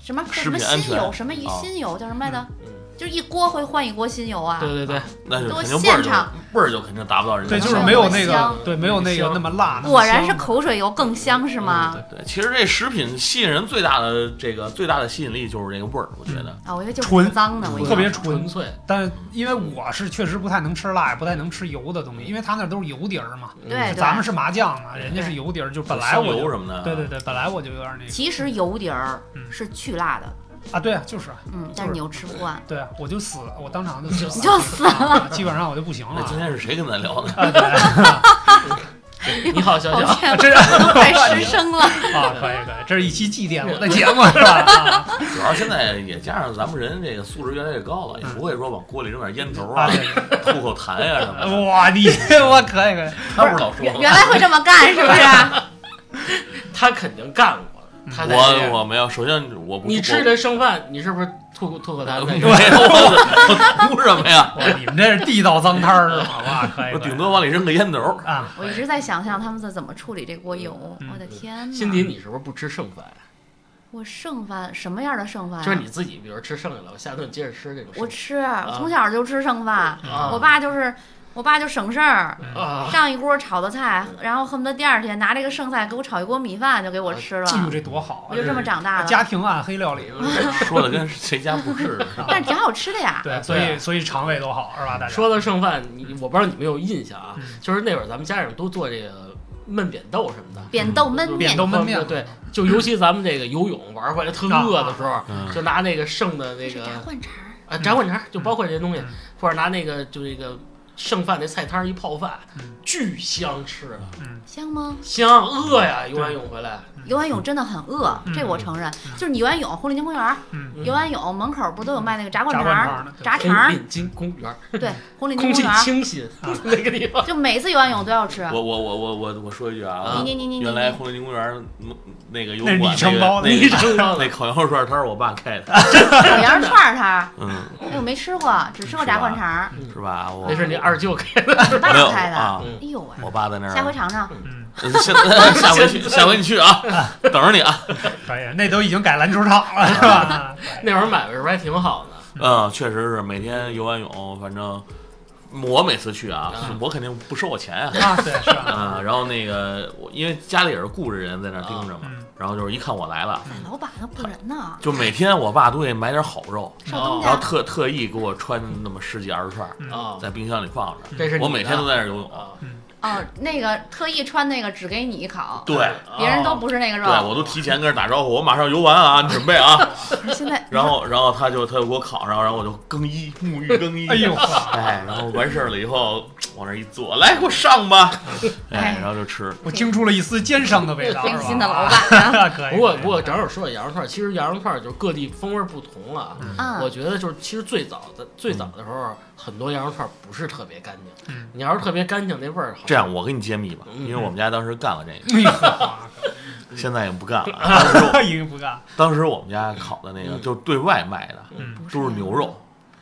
[SPEAKER 1] 什么
[SPEAKER 5] 食
[SPEAKER 1] 什么
[SPEAKER 5] 品安
[SPEAKER 1] 新油，
[SPEAKER 5] 全
[SPEAKER 1] 什么一
[SPEAKER 5] 啊
[SPEAKER 1] 新油叫什么来着？
[SPEAKER 4] 嗯
[SPEAKER 1] 就是一锅会换一锅新油啊。
[SPEAKER 4] 对对对，
[SPEAKER 5] 那就
[SPEAKER 1] 都
[SPEAKER 5] 肯定味儿
[SPEAKER 1] 现
[SPEAKER 5] 就
[SPEAKER 1] 场
[SPEAKER 5] 味儿就肯定达不到人家
[SPEAKER 2] 对，
[SPEAKER 5] 的。
[SPEAKER 2] 就是没
[SPEAKER 1] 没
[SPEAKER 2] 有
[SPEAKER 1] 有
[SPEAKER 2] 那
[SPEAKER 1] 香
[SPEAKER 2] 个对，没有那个
[SPEAKER 4] 香
[SPEAKER 2] 那么辣。那么
[SPEAKER 1] 果然是
[SPEAKER 2] 香
[SPEAKER 1] 口水油更香是吗？
[SPEAKER 5] 对，其实这食品吸引人最大的这个最大的吸引力就是这个味儿，我觉得。
[SPEAKER 1] 啊，我以为就是
[SPEAKER 2] 纯
[SPEAKER 1] 挺脏的，我以为
[SPEAKER 2] 特别
[SPEAKER 4] 纯
[SPEAKER 2] 纯
[SPEAKER 4] 粹。
[SPEAKER 2] 但是因为我是确实不太能吃辣，也不太能吃油的东西，因为它那都是油底儿嘛。
[SPEAKER 1] 对
[SPEAKER 2] 咱们
[SPEAKER 1] 对。
[SPEAKER 2] 是麻酱嘛，人家是油底儿，就本来
[SPEAKER 5] 香
[SPEAKER 2] 我
[SPEAKER 5] 油
[SPEAKER 2] 就
[SPEAKER 5] 什么的，
[SPEAKER 2] 对对对，本来我就有点那个
[SPEAKER 1] 其实油底儿
[SPEAKER 2] 嗯
[SPEAKER 1] 是去辣的，
[SPEAKER 2] 啊，对啊，就是啊
[SPEAKER 1] 嗯，但是你又吃不惯，
[SPEAKER 2] 对啊，我就死了，我当 场就死
[SPEAKER 1] 你
[SPEAKER 2] 了，
[SPEAKER 1] 就死了。
[SPEAKER 2] 啊基本上我就不行了
[SPEAKER 5] 那。今天是谁跟咱聊的？
[SPEAKER 2] 啊，对啊，
[SPEAKER 4] 你好，小
[SPEAKER 1] 抱
[SPEAKER 4] 小，
[SPEAKER 1] 歉，
[SPEAKER 2] 这
[SPEAKER 1] 我都快失声了。
[SPEAKER 2] 啊，可以可以，这是一期祭奠我的节目是吧？啊
[SPEAKER 5] 主要现在也加上咱们人这个素质越来越高了，也不会说往锅里扔点烟头
[SPEAKER 2] 啊，
[SPEAKER 5] 啊、
[SPEAKER 2] 对，
[SPEAKER 5] 吐口痰呀、 什么的。
[SPEAKER 2] 哇，你我可以可以，
[SPEAKER 5] 他不是老说
[SPEAKER 1] 原原来会这么干是不啊是？
[SPEAKER 4] 他肯定干过。
[SPEAKER 2] 嗯
[SPEAKER 4] 他在这
[SPEAKER 5] 我
[SPEAKER 4] 样
[SPEAKER 5] 我没有，首先我不
[SPEAKER 4] 你吃
[SPEAKER 5] 的
[SPEAKER 4] 的剩饭，你是不是吐吐口痰
[SPEAKER 5] 没
[SPEAKER 4] 在
[SPEAKER 5] 有？我我吐什么呀？
[SPEAKER 2] 哇，你们这是地道脏摊儿是吧？哇，可以，
[SPEAKER 5] 我
[SPEAKER 2] 可以
[SPEAKER 5] 顶多往里扔个烟头。
[SPEAKER 2] 啊，
[SPEAKER 1] 我一直在想象他们在怎么处理这锅油，
[SPEAKER 2] 嗯
[SPEAKER 1] 我的天
[SPEAKER 4] 辛
[SPEAKER 1] 哪！
[SPEAKER 4] 迪，你是不是不吃剩饭？
[SPEAKER 1] 我剩饭什么样的剩饭啊？
[SPEAKER 4] 就是你自己，比如吃剩下了，我下顿接着吃这种剩
[SPEAKER 1] 我
[SPEAKER 4] 饭。
[SPEAKER 1] 吃，我从小就吃剩饭。
[SPEAKER 4] 啊
[SPEAKER 1] 我爸就是我爸就省事儿，
[SPEAKER 2] 嗯
[SPEAKER 4] 啊，
[SPEAKER 1] 上一锅炒的菜，然后恨不得第二天拿这个剩菜给我炒一锅米饭就给我吃
[SPEAKER 2] 哎呦，
[SPEAKER 1] 了，
[SPEAKER 2] 这多好
[SPEAKER 1] 我就这么长大
[SPEAKER 2] 啊！
[SPEAKER 1] 了。嗯
[SPEAKER 2] 家庭暗黑料理，啊
[SPEAKER 5] 说的跟谁家不是似的。
[SPEAKER 1] 但是挺好吃的呀，
[SPEAKER 2] 对，所
[SPEAKER 1] 啊
[SPEAKER 2] 以所以肠胃都好是吧？大家
[SPEAKER 4] 说到剩饭，你我不知道你们有印象啊
[SPEAKER 2] 嗯，
[SPEAKER 4] 就是那会儿咱们家长都做这个焖扁豆什么的，
[SPEAKER 1] 扁豆焖
[SPEAKER 2] 扁
[SPEAKER 1] 面
[SPEAKER 2] 豆焖面
[SPEAKER 4] 对，就尤其咱们这个游泳玩回来特饿的时候，
[SPEAKER 5] 嗯，
[SPEAKER 4] 就拿那个剩的那
[SPEAKER 1] 是
[SPEAKER 4] 个
[SPEAKER 1] 炸灌肠儿，
[SPEAKER 4] 啊炸灌肠，就包括这些东西
[SPEAKER 2] 嗯，
[SPEAKER 4] 或者拿那个就这个剩饭那菜摊儿一泡饭
[SPEAKER 2] 嗯，
[SPEAKER 4] 巨香吃的，
[SPEAKER 1] 香吗？
[SPEAKER 4] 香饿呀！游完泳回来，
[SPEAKER 1] 游完泳真的很饿，
[SPEAKER 2] 嗯
[SPEAKER 1] 这我承认。就是你游完泳，红领巾公园儿
[SPEAKER 2] 嗯，
[SPEAKER 1] 游完泳门口不都有卖那个炸灌
[SPEAKER 2] 炸
[SPEAKER 1] 肠
[SPEAKER 2] 灌肠
[SPEAKER 1] 儿
[SPEAKER 2] 儿呢、对
[SPEAKER 1] 炸肠
[SPEAKER 4] 红
[SPEAKER 1] 儿？
[SPEAKER 4] 领巾哎公园，
[SPEAKER 1] 对，红领巾
[SPEAKER 4] 空
[SPEAKER 1] 公
[SPEAKER 4] 气
[SPEAKER 1] 园儿，
[SPEAKER 4] 清新，
[SPEAKER 2] 啊
[SPEAKER 4] 那个地方
[SPEAKER 1] 就每次游完泳都要吃。
[SPEAKER 5] 我我我我我我说一句啊
[SPEAKER 4] 啊，
[SPEAKER 1] 嗯你你你你
[SPEAKER 5] 原来红林公园嗯那个油
[SPEAKER 2] 那是
[SPEAKER 5] 管
[SPEAKER 2] 你承包的
[SPEAKER 5] 那
[SPEAKER 4] 你
[SPEAKER 5] 个
[SPEAKER 4] 知道
[SPEAKER 5] 那个
[SPEAKER 4] 的
[SPEAKER 5] 那。烤羊肉串摊儿我爸开 的，
[SPEAKER 1] 小羊肉串儿它，
[SPEAKER 5] 嗯，
[SPEAKER 1] 哎，我没吃过，只吃过炸灌肠儿，
[SPEAKER 5] 是吧？我
[SPEAKER 4] 那是你二舅开的，
[SPEAKER 1] 你爸
[SPEAKER 5] 没有
[SPEAKER 1] 开的。
[SPEAKER 5] 啊
[SPEAKER 1] 哎呦喂，
[SPEAKER 5] 我爸在那儿，
[SPEAKER 1] 下回尝尝。
[SPEAKER 2] 嗯，
[SPEAKER 5] 呃下下回去下回你去啊， 等着你啊，
[SPEAKER 2] 可以，那都已经改篮球场了是吧？
[SPEAKER 4] 那会儿买的时候还挺好的。
[SPEAKER 5] 嗯，确实是每天游完泳，反正我每次去啊，
[SPEAKER 1] 嗯
[SPEAKER 4] 啊
[SPEAKER 5] 我肯定不收我钱啊。
[SPEAKER 2] 啊，对，是吧？
[SPEAKER 5] 啊，然后那个，我因为家里也是雇着人在那儿盯着嘛
[SPEAKER 2] 嗯，
[SPEAKER 5] 然后就是一看我来了，
[SPEAKER 1] 哎老板，那雇人呢，
[SPEAKER 5] 就每天我爸都得买点好肉，
[SPEAKER 1] 上东
[SPEAKER 5] 然
[SPEAKER 1] 家。
[SPEAKER 5] 后特特意给我穿那么十几二十串儿，
[SPEAKER 2] 嗯
[SPEAKER 4] 啊，
[SPEAKER 5] 嗯在冰箱里放着。
[SPEAKER 4] 嗯这是你的
[SPEAKER 5] 我每天都在那儿游泳，
[SPEAKER 4] 啊，
[SPEAKER 1] 哦，那个特意穿那个只给你烤，
[SPEAKER 5] 对，哦
[SPEAKER 1] 别人
[SPEAKER 4] 哦
[SPEAKER 1] 都不是那个
[SPEAKER 5] 对
[SPEAKER 1] 肉。
[SPEAKER 5] 我都提前跟人打招呼，我马上游完啊，你准备 啊。
[SPEAKER 1] 现在
[SPEAKER 5] 然后，然后他就他就给我烤上，然后我就更衣沐浴更衣。
[SPEAKER 2] 哎呦，
[SPEAKER 5] 哎，然后完事儿了以后往那儿一坐，来给我上吧， 哎
[SPEAKER 1] 哎，
[SPEAKER 5] 然后就吃。
[SPEAKER 2] 我听出了一丝奸商的味 道，
[SPEAKER 1] 黑
[SPEAKER 2] 是吧
[SPEAKER 1] 心的老板，
[SPEAKER 2] 啊可以。
[SPEAKER 4] 不过不过，正好说到羊肉串儿，其实羊肉串儿就是各地风味儿不同了啊。
[SPEAKER 1] 嗯，
[SPEAKER 4] 我觉得就是其实最早的最
[SPEAKER 5] 嗯
[SPEAKER 4] 早的时候，很多羊肉串儿不是特别干净
[SPEAKER 2] 嗯。
[SPEAKER 4] 你要是特别干净，那味儿好。
[SPEAKER 5] 这样，我给你揭秘吧，
[SPEAKER 4] 嗯
[SPEAKER 5] 因为我们家当时干了这
[SPEAKER 2] 哎呀
[SPEAKER 5] 个，现在也不干了啊。
[SPEAKER 4] 哎
[SPEAKER 2] 可 以，已经不干了，
[SPEAKER 5] 当时我们家烤的那个
[SPEAKER 4] 嗯
[SPEAKER 5] 就是对外卖的，
[SPEAKER 2] 嗯，
[SPEAKER 5] 都是牛肉，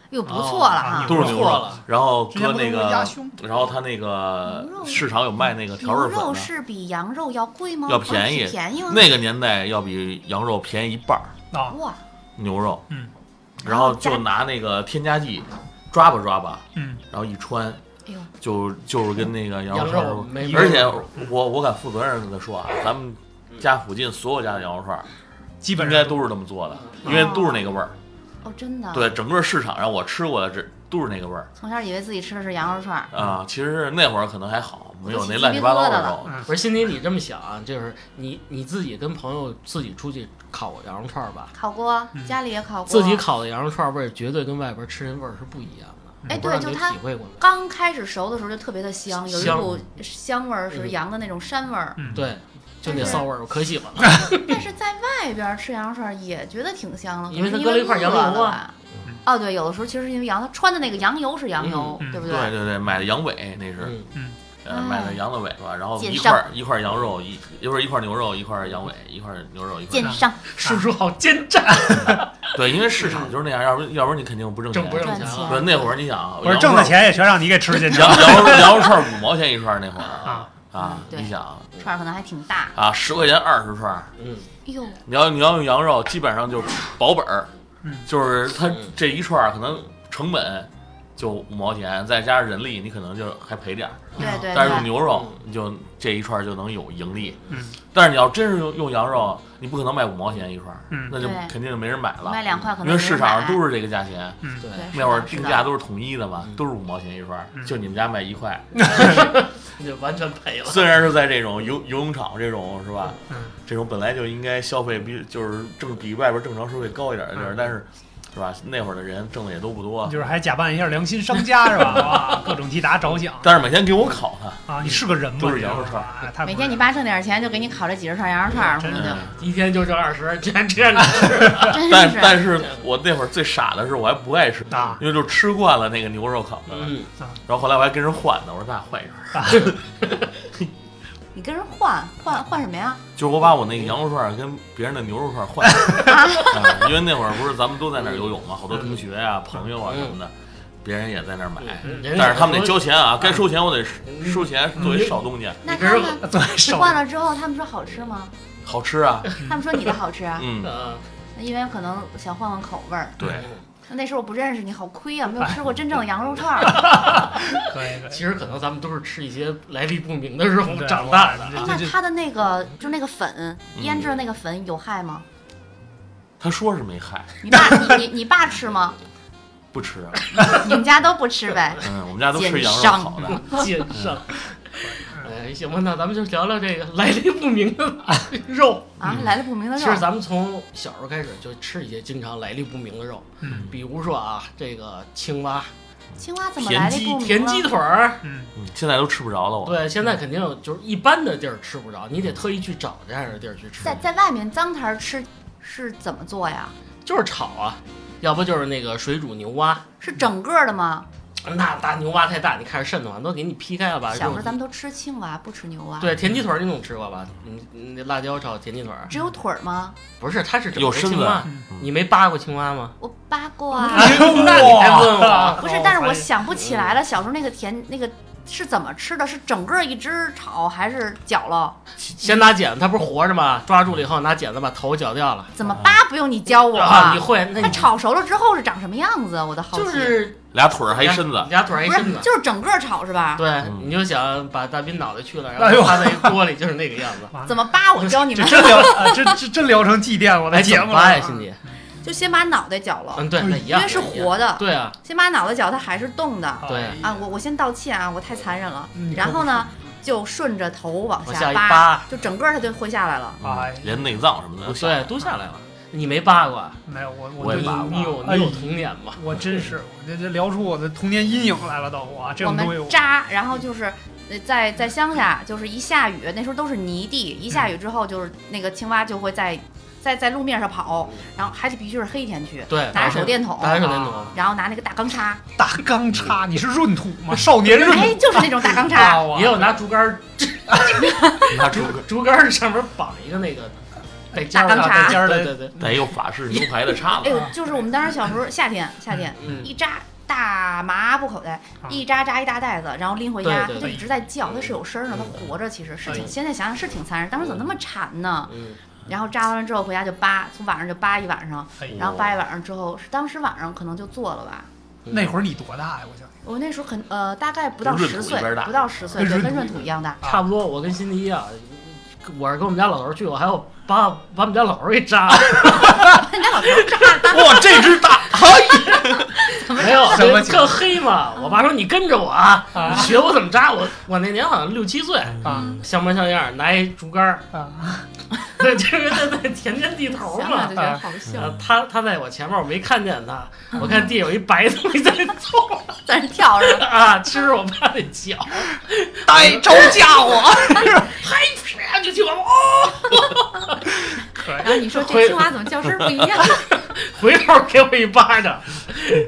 [SPEAKER 1] 又不错了哈
[SPEAKER 2] 哦。
[SPEAKER 5] 都是啊牛
[SPEAKER 4] 错
[SPEAKER 5] 肉
[SPEAKER 4] 了，
[SPEAKER 5] 然后
[SPEAKER 2] 之前
[SPEAKER 5] 搁
[SPEAKER 2] 不都
[SPEAKER 5] 那
[SPEAKER 2] 说鸭
[SPEAKER 5] 个，
[SPEAKER 2] 胸，
[SPEAKER 5] 然后他那个
[SPEAKER 1] 牛肉
[SPEAKER 5] 市场有卖那个调
[SPEAKER 1] 牛
[SPEAKER 5] 味粉
[SPEAKER 1] 肉
[SPEAKER 5] 的，
[SPEAKER 1] 是比羊肉要贵吗？
[SPEAKER 5] 要便宜
[SPEAKER 1] 哦是便宜吗？
[SPEAKER 5] 那个年代要比羊肉便宜一半儿，
[SPEAKER 2] 啊，
[SPEAKER 1] 哇，
[SPEAKER 5] 牛肉，
[SPEAKER 2] 嗯，
[SPEAKER 5] 然后就拿那个添加剂抓吧抓吧，
[SPEAKER 2] 嗯，
[SPEAKER 5] 然后一穿
[SPEAKER 1] 哎呦，
[SPEAKER 5] 就就是跟那个羊
[SPEAKER 4] 羊
[SPEAKER 5] 肉串儿
[SPEAKER 4] 肉没味儿，
[SPEAKER 5] 而且我我敢负责任的说啊，咱们家附近所有家的羊肉串儿
[SPEAKER 2] 基本
[SPEAKER 5] 应
[SPEAKER 2] 上
[SPEAKER 5] 该都是这么做的，
[SPEAKER 4] 嗯
[SPEAKER 5] 因为都是那个味儿。
[SPEAKER 1] 哦，真的。，
[SPEAKER 5] 对，整个市场上我吃过的这都是那个味儿
[SPEAKER 1] 从小以为自己吃的是羊肉串儿，
[SPEAKER 5] 啊。其实是那会儿可能还好，没有
[SPEAKER 1] 都起
[SPEAKER 5] 那
[SPEAKER 1] 鸡
[SPEAKER 5] 乱
[SPEAKER 1] 皮
[SPEAKER 5] 七八糟
[SPEAKER 1] 疙瘩
[SPEAKER 5] 的
[SPEAKER 1] 了
[SPEAKER 5] 肉。
[SPEAKER 2] 嗯
[SPEAKER 4] 不是，心里你这么想啊，就是你你自己跟朋友自己出去烤过羊肉串儿吧，
[SPEAKER 1] 烤过
[SPEAKER 2] 嗯，
[SPEAKER 1] 家里也烤过。
[SPEAKER 4] 自己烤的羊肉串儿味儿绝对跟外边儿吃人味儿是不一样的。
[SPEAKER 1] 哎
[SPEAKER 4] 我不知道
[SPEAKER 1] 对就
[SPEAKER 4] 你有
[SPEAKER 1] 它
[SPEAKER 4] 体会过没？
[SPEAKER 1] 刚开始熟的时候就特别的香，有一
[SPEAKER 4] 香
[SPEAKER 1] 股香味儿是羊的那种膻味儿，
[SPEAKER 2] 嗯，
[SPEAKER 4] 对，就那
[SPEAKER 1] 但是
[SPEAKER 4] 骚味儿，我可喜欢了。
[SPEAKER 1] 但是在外边吃羊肉串儿也觉得挺香的，
[SPEAKER 4] 因为
[SPEAKER 1] 可能
[SPEAKER 4] 它搁了一
[SPEAKER 1] 因
[SPEAKER 4] 块羊油啊
[SPEAKER 1] 饿了吧。哦，对，有的时候其实是因为羊，它穿的那个羊油是羊油，
[SPEAKER 2] 嗯嗯
[SPEAKER 1] 对不
[SPEAKER 5] 对？对对，买的羊尾那是，
[SPEAKER 4] 嗯，
[SPEAKER 5] 呃，买的羊的尾巴，然后
[SPEAKER 1] 奸
[SPEAKER 5] 一块
[SPEAKER 1] 商
[SPEAKER 5] 儿一块儿羊肉，一一会儿一块儿牛肉，一块儿羊尾，一块儿牛肉，一块
[SPEAKER 1] 奸
[SPEAKER 5] 儿羊。
[SPEAKER 1] 商
[SPEAKER 4] 叔叔好奸诈，
[SPEAKER 5] 对，因为市场就是那样，要不要不然你肯定不挣
[SPEAKER 4] 挣不
[SPEAKER 5] 钱。
[SPEAKER 4] 挣
[SPEAKER 1] 赚
[SPEAKER 4] 钱
[SPEAKER 1] 钱
[SPEAKER 4] 啊？
[SPEAKER 5] 对，那会儿你想，
[SPEAKER 2] 不是
[SPEAKER 5] 羊
[SPEAKER 2] 挣
[SPEAKER 5] 肉
[SPEAKER 2] 的钱也全让你给吃进去
[SPEAKER 5] 羊
[SPEAKER 2] 了
[SPEAKER 5] 羊肉羊肉串儿五毛钱一串儿那会儿
[SPEAKER 2] 啊，
[SPEAKER 5] 啊，
[SPEAKER 1] 对
[SPEAKER 5] 你想
[SPEAKER 1] 串儿可能还挺大，
[SPEAKER 5] 啊，十块钱二十串儿，
[SPEAKER 4] 嗯，
[SPEAKER 1] 哎呦，
[SPEAKER 5] 你要你要用羊肉，基本上就是保本儿
[SPEAKER 2] 嗯，
[SPEAKER 5] 就是它
[SPEAKER 4] 嗯
[SPEAKER 5] 这一串儿可能成本就五毛钱，再加上人力，你可能就还赔点儿。
[SPEAKER 1] 对对
[SPEAKER 5] 但是用
[SPEAKER 1] 对，
[SPEAKER 5] 牛肉，你就这一串儿就能有盈利。
[SPEAKER 2] 嗯
[SPEAKER 5] 但是你要真是用用羊肉，你不可能卖五毛钱一串儿，
[SPEAKER 2] 嗯
[SPEAKER 5] 那就
[SPEAKER 1] 对
[SPEAKER 5] 肯定就没人买了，
[SPEAKER 1] 卖两块可能
[SPEAKER 5] 因为市场上
[SPEAKER 1] 是
[SPEAKER 5] 都是这个价钱。
[SPEAKER 4] 对，
[SPEAKER 1] 对
[SPEAKER 5] 那会儿
[SPEAKER 1] 是
[SPEAKER 5] 定
[SPEAKER 1] 的
[SPEAKER 5] 价都是统一的嘛
[SPEAKER 4] 嗯，
[SPEAKER 5] 都是五毛钱一串儿
[SPEAKER 2] 嗯，
[SPEAKER 5] 就你们家卖一 块。
[SPEAKER 4] 你就完全赔了。
[SPEAKER 5] 虽然是在这种游游泳场这种是吧
[SPEAKER 2] 嗯，
[SPEAKER 5] 这种本来就应该消费比就是正比外边正常收费高一点的地儿
[SPEAKER 2] 嗯，
[SPEAKER 5] 但是是吧，那会儿的人挣的也都不多，
[SPEAKER 2] 就是还假扮一下良心商家是吧？哇，各种替大家着想
[SPEAKER 5] 但是每天给我烤它，
[SPEAKER 2] 啊！你是个人吗？
[SPEAKER 5] 都是羊肉
[SPEAKER 2] 你知
[SPEAKER 5] 串
[SPEAKER 2] 道吧，太不
[SPEAKER 1] 每
[SPEAKER 2] 是
[SPEAKER 1] 天你爸挣点钱就给你烤这几十串羊肉串儿，
[SPEAKER 2] 真
[SPEAKER 1] 可能
[SPEAKER 2] 的
[SPEAKER 1] 就
[SPEAKER 4] 一天就挣二十，这样这样
[SPEAKER 1] 真
[SPEAKER 5] 但
[SPEAKER 1] 是。
[SPEAKER 5] 但是我那会儿最傻的是我还不爱吃
[SPEAKER 2] 啊，
[SPEAKER 5] 因为就吃惯了那个牛肉烤的，
[SPEAKER 4] 嗯，
[SPEAKER 5] 然后后来我还跟人换呢，我说咱俩换一串儿，
[SPEAKER 1] 你跟人换换换什么呀？
[SPEAKER 5] 就是我把我那个羊肉串儿跟别人的牛肉串儿换，啊因为那会儿不是咱们都在那儿游泳嘛，好多同学啊、朋友啊什么的，别人也在那儿买。
[SPEAKER 4] 哎嗯
[SPEAKER 5] 但是他们得交钱啊，该收钱我得收钱，作为少东家，
[SPEAKER 1] 那
[SPEAKER 4] 你跟
[SPEAKER 1] 他
[SPEAKER 4] 人
[SPEAKER 1] 们
[SPEAKER 2] 做手
[SPEAKER 1] 换了之后，他们说好吃吗？
[SPEAKER 5] 好吃啊，
[SPEAKER 1] 他们说你的好吃啊，
[SPEAKER 5] 嗯，
[SPEAKER 4] 啊，嗯
[SPEAKER 1] 因为可能想换换口味儿。
[SPEAKER 5] 对，
[SPEAKER 1] 那时候我不认识你，好亏啊，没有吃过真正的
[SPEAKER 4] 哎
[SPEAKER 1] 羊肉串儿。
[SPEAKER 2] 可以可以。
[SPEAKER 4] 其实可能咱们都是吃一些来历不明的肉
[SPEAKER 2] 对
[SPEAKER 4] 长大的。
[SPEAKER 2] 这
[SPEAKER 1] 哎，
[SPEAKER 2] 这
[SPEAKER 1] 那
[SPEAKER 2] 这
[SPEAKER 1] 它的那个就那个粉腌
[SPEAKER 4] 嗯
[SPEAKER 1] 制的那个粉有害吗？
[SPEAKER 5] 他说是没害，
[SPEAKER 1] 你爸你你你爸吃吗？
[SPEAKER 5] 不吃。啊
[SPEAKER 1] 你们家都不吃呗？
[SPEAKER 5] 嗯，我们家都吃羊
[SPEAKER 1] 奸
[SPEAKER 5] 肉
[SPEAKER 1] 商
[SPEAKER 5] 好的。
[SPEAKER 4] 奸商。
[SPEAKER 5] 嗯
[SPEAKER 4] 哎，行吧，那咱们就聊聊这个来历不明的 肉。
[SPEAKER 1] 啊，来历不明的
[SPEAKER 4] 其
[SPEAKER 1] 肉
[SPEAKER 4] 实咱们从小时候开始就吃一些经常来历不明的肉，
[SPEAKER 2] 嗯
[SPEAKER 4] 比如说啊，这个青蛙、
[SPEAKER 1] 青蛙怎么来
[SPEAKER 4] 田
[SPEAKER 1] 历
[SPEAKER 4] 鸡、
[SPEAKER 1] 不明
[SPEAKER 4] 田
[SPEAKER 1] 了
[SPEAKER 4] 鸡？腿儿。
[SPEAKER 2] 嗯，
[SPEAKER 5] 嗯，现在都吃不着了。我
[SPEAKER 4] 对，现在肯定就是一般的地儿吃不着，你得特意去找这样的地儿去吃
[SPEAKER 1] 在，在外面脏摊儿吃是怎么做呀？
[SPEAKER 4] 就是炒啊，要不就是那个水煮牛蛙。
[SPEAKER 1] 是整个的吗？
[SPEAKER 4] 那大牛蛙太大，你看着瘆得慌，都给你劈开了吧。
[SPEAKER 1] 小时候
[SPEAKER 4] 肉
[SPEAKER 1] 咱们都吃青蛙，不吃牛蛙。，
[SPEAKER 4] 对田鸡腿儿你总吃过吧？你你那辣椒炒田鸡腿儿，
[SPEAKER 1] 只有腿儿吗？
[SPEAKER 4] 不是，它是整
[SPEAKER 5] 有
[SPEAKER 4] 个
[SPEAKER 5] 身
[SPEAKER 4] 青
[SPEAKER 5] 子啊嗯
[SPEAKER 4] 蛙
[SPEAKER 2] 嗯，
[SPEAKER 4] 你没扒过青蛙吗？
[SPEAKER 1] 我扒过 啊，
[SPEAKER 4] 那你还问我？
[SPEAKER 1] 不是，但是我想
[SPEAKER 4] 嗯
[SPEAKER 1] 不起来了，小时候那个甜那个是怎么吃的？是整个一只炒还是绞了？
[SPEAKER 4] 先拿剪子，它不是活着吗？抓住了以后，拿剪子把头绞掉了。
[SPEAKER 1] 怎么扒不用你教我
[SPEAKER 4] 嗯啊，你会？那
[SPEAKER 1] 那
[SPEAKER 4] 你
[SPEAKER 1] 炒熟了之后是长什么样子？我的哎好奇。啊
[SPEAKER 4] 就是
[SPEAKER 5] 俩腿儿
[SPEAKER 2] 哎
[SPEAKER 5] 还一身子
[SPEAKER 4] 俩，俩腿儿还一
[SPEAKER 1] 不
[SPEAKER 4] 身
[SPEAKER 1] 是
[SPEAKER 4] 子，。
[SPEAKER 1] 就是整个炒是吧？
[SPEAKER 4] 对，
[SPEAKER 5] 嗯
[SPEAKER 4] 你就想把大斌脑袋去了，
[SPEAKER 2] 哎
[SPEAKER 4] 然
[SPEAKER 2] 呦
[SPEAKER 4] 后趴在一锅里，就是那个样 子。
[SPEAKER 1] 怎么扒？我教你
[SPEAKER 2] 这
[SPEAKER 1] 们，
[SPEAKER 2] 真聊，啊这这真聊成祭奠我的
[SPEAKER 4] 哎，
[SPEAKER 2] 节目
[SPEAKER 4] 怎么扒呀，
[SPEAKER 2] 了。
[SPEAKER 4] 欣姐？
[SPEAKER 1] 就先把脑袋绞了，
[SPEAKER 4] 嗯，对，那一
[SPEAKER 1] 因
[SPEAKER 4] 样，
[SPEAKER 1] 为是
[SPEAKER 4] 那一样。
[SPEAKER 1] 活的，
[SPEAKER 4] 对啊，
[SPEAKER 1] 先把脑袋绞，它还是动的。
[SPEAKER 2] 哎
[SPEAKER 4] 对
[SPEAKER 2] 呀
[SPEAKER 1] 啊，我我先道歉啊，我太残忍了
[SPEAKER 2] 嗯。
[SPEAKER 1] 然后呢，就顺着头往
[SPEAKER 4] 往下一
[SPEAKER 1] 扒，
[SPEAKER 4] 扒
[SPEAKER 1] 就整个它就会下来了。
[SPEAKER 2] 哎呀
[SPEAKER 5] 嗯连内脏什 么的都
[SPEAKER 4] 对，都下来了。你没扒过啊？
[SPEAKER 2] 没有我
[SPEAKER 5] 我
[SPEAKER 2] 我
[SPEAKER 5] 也
[SPEAKER 2] 对
[SPEAKER 5] 扒过
[SPEAKER 4] 你有
[SPEAKER 2] 哎
[SPEAKER 4] 你有童年吗？
[SPEAKER 2] 我真是，我这这聊出我的童年阴影来了都，哇，这
[SPEAKER 1] 我
[SPEAKER 2] 种东西
[SPEAKER 1] 们
[SPEAKER 2] 我
[SPEAKER 1] 扎，然后就是呃在在乡下，就是一下雨，那时候都是泥地，一
[SPEAKER 2] 嗯
[SPEAKER 1] 下雨之后就是那个青蛙就会在在在路面上跑，然后还得必须是黑天去，
[SPEAKER 4] 对，
[SPEAKER 2] 啊
[SPEAKER 1] 拿着手电筒，啊
[SPEAKER 4] 拿着手电筒，
[SPEAKER 1] 然后拿那个大钢叉，
[SPEAKER 2] 大钢叉，你是闰土吗？少年闰
[SPEAKER 1] 哎，
[SPEAKER 2] 土
[SPEAKER 1] 就是那种大钢
[SPEAKER 2] 啊，
[SPEAKER 1] 叉，
[SPEAKER 2] 我
[SPEAKER 4] 也有拿竹竿儿
[SPEAKER 5] 拿猪
[SPEAKER 4] 竹竿儿上面绑一个那个带尖儿
[SPEAKER 1] 大
[SPEAKER 4] 的，
[SPEAKER 1] 钢叉
[SPEAKER 4] 带尖儿的，对对对，
[SPEAKER 5] 带一个法式牛排的叉
[SPEAKER 1] 哎
[SPEAKER 5] 子，
[SPEAKER 1] 呦，就是我们当时小时候夏天夏天
[SPEAKER 4] 嗯，
[SPEAKER 1] 一扎。大麻布口袋，一扎扎一大袋子，然后拎回家，它
[SPEAKER 4] 对对
[SPEAKER 1] 就
[SPEAKER 2] 啊对哎
[SPEAKER 1] 一直在叫，它是有声儿的，它活着，其实是挺，现在想想是挺残忍，当时怎么那么馋呢？
[SPEAKER 4] 嗯，
[SPEAKER 1] 然后扎完了之后回家就扒，从晚上就扒一晚上，
[SPEAKER 2] 哎
[SPEAKER 1] 然后八一晚上之后，是当时晚上可能就做了吧。
[SPEAKER 5] 嗯
[SPEAKER 2] 那会儿你多大呀？我想
[SPEAKER 1] 我那时候肯呃大概不到
[SPEAKER 5] 跟闰土
[SPEAKER 1] 十
[SPEAKER 5] 一
[SPEAKER 1] 岁
[SPEAKER 5] 边大，
[SPEAKER 1] 不到十岁，
[SPEAKER 2] 跟
[SPEAKER 1] 对，
[SPEAKER 2] 闰
[SPEAKER 1] 跟
[SPEAKER 2] 土
[SPEAKER 1] 闰土一样 大。
[SPEAKER 4] 差不多，我跟辛迪一样，我是跟我们家老头儿去，我还要把把我们家老头儿给扎 了，
[SPEAKER 1] 人家老头儿扎
[SPEAKER 5] 哇，这只大，
[SPEAKER 4] 没有，
[SPEAKER 2] 什么情况
[SPEAKER 4] 特黑嘛。我爸说你跟着我啊，
[SPEAKER 2] 啊
[SPEAKER 4] 你学我怎么扎。我我那年好像六七岁，
[SPEAKER 2] 啊
[SPEAKER 4] 像模像样儿，拿一竹竿儿，
[SPEAKER 2] 啊，
[SPEAKER 4] 对，就是在那田间地头
[SPEAKER 1] 想
[SPEAKER 4] 嘛
[SPEAKER 1] 想就。觉得好笑，
[SPEAKER 4] 呃他他在我前面，我没看见他，我看地有一白东西在动
[SPEAKER 1] 在那跳着。
[SPEAKER 4] 啊，吃我爸的脚，
[SPEAKER 2] 带招架我，
[SPEAKER 4] 嗨，啪就去我哦，
[SPEAKER 2] 可以
[SPEAKER 1] 然后你说这青蛙怎么叫声儿不一 样？
[SPEAKER 4] 回头给我一巴掌，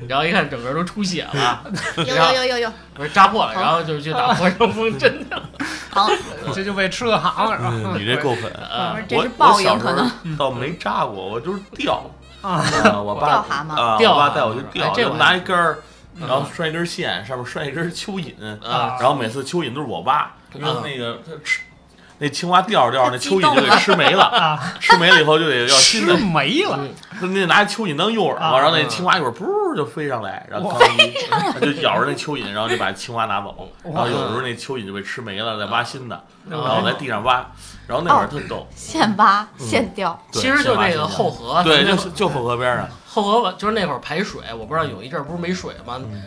[SPEAKER 4] 然后一看整个都出血了，
[SPEAKER 1] 有有有有有，
[SPEAKER 4] 不是扎破了，然后就去打破伤风针的
[SPEAKER 1] 疼！
[SPEAKER 2] 这就为吃个蛤蟆是吧？
[SPEAKER 5] 嗯你这够狠。
[SPEAKER 1] 我
[SPEAKER 4] 啊
[SPEAKER 1] 说，这
[SPEAKER 5] 我
[SPEAKER 1] 是报
[SPEAKER 5] 我小
[SPEAKER 1] 应
[SPEAKER 5] 时
[SPEAKER 1] 可
[SPEAKER 5] 候
[SPEAKER 1] 能。
[SPEAKER 5] 倒没扎过，我就是掉
[SPEAKER 2] 啊
[SPEAKER 5] 啊，我
[SPEAKER 1] 钓
[SPEAKER 5] 爸
[SPEAKER 1] 蛤蟆
[SPEAKER 5] 啊，
[SPEAKER 4] 钓
[SPEAKER 5] 我爸
[SPEAKER 4] 蛤蟆
[SPEAKER 5] 带我去嗯
[SPEAKER 4] 哎
[SPEAKER 5] 钓，
[SPEAKER 4] 这
[SPEAKER 5] 就
[SPEAKER 4] 我
[SPEAKER 5] 拿一根儿，然后拴一根线，上面拴一根蚯蚓，
[SPEAKER 4] 啊
[SPEAKER 5] 然后每次蚯蚓都是我挖，因为
[SPEAKER 4] 啊
[SPEAKER 5] 那个它吃。那青蛙钓着钓着，那
[SPEAKER 1] 它
[SPEAKER 5] 蚯
[SPEAKER 1] 激动
[SPEAKER 5] 蚓就给吃没了，
[SPEAKER 2] 啊，
[SPEAKER 5] 吃没了以后就得要新
[SPEAKER 2] 吃
[SPEAKER 5] 的，
[SPEAKER 2] 没了，
[SPEAKER 4] 嗯
[SPEAKER 5] 那那拿蚯蚓当诱饵嘛，
[SPEAKER 2] 啊
[SPEAKER 5] 然后那青蛙一会儿噗就飞上来，然后
[SPEAKER 2] 哇
[SPEAKER 5] 刚一它就咬着那蚯蚓，然后就把青蛙拿走，然
[SPEAKER 2] 哇
[SPEAKER 5] 后有时候那蚯蚓就被吃没了，再挖新的，然后在地上挖，然后那会儿特逗，
[SPEAKER 1] 现挖
[SPEAKER 4] 嗯
[SPEAKER 1] 现钓，
[SPEAKER 5] 对
[SPEAKER 4] 其实就那个后，河，
[SPEAKER 5] 对，
[SPEAKER 4] 那
[SPEAKER 5] 就
[SPEAKER 4] 会
[SPEAKER 5] 是就后河边上，
[SPEAKER 4] 后河吧就是那会儿排水，我不知道有一阵儿不是没水吗？
[SPEAKER 5] 嗯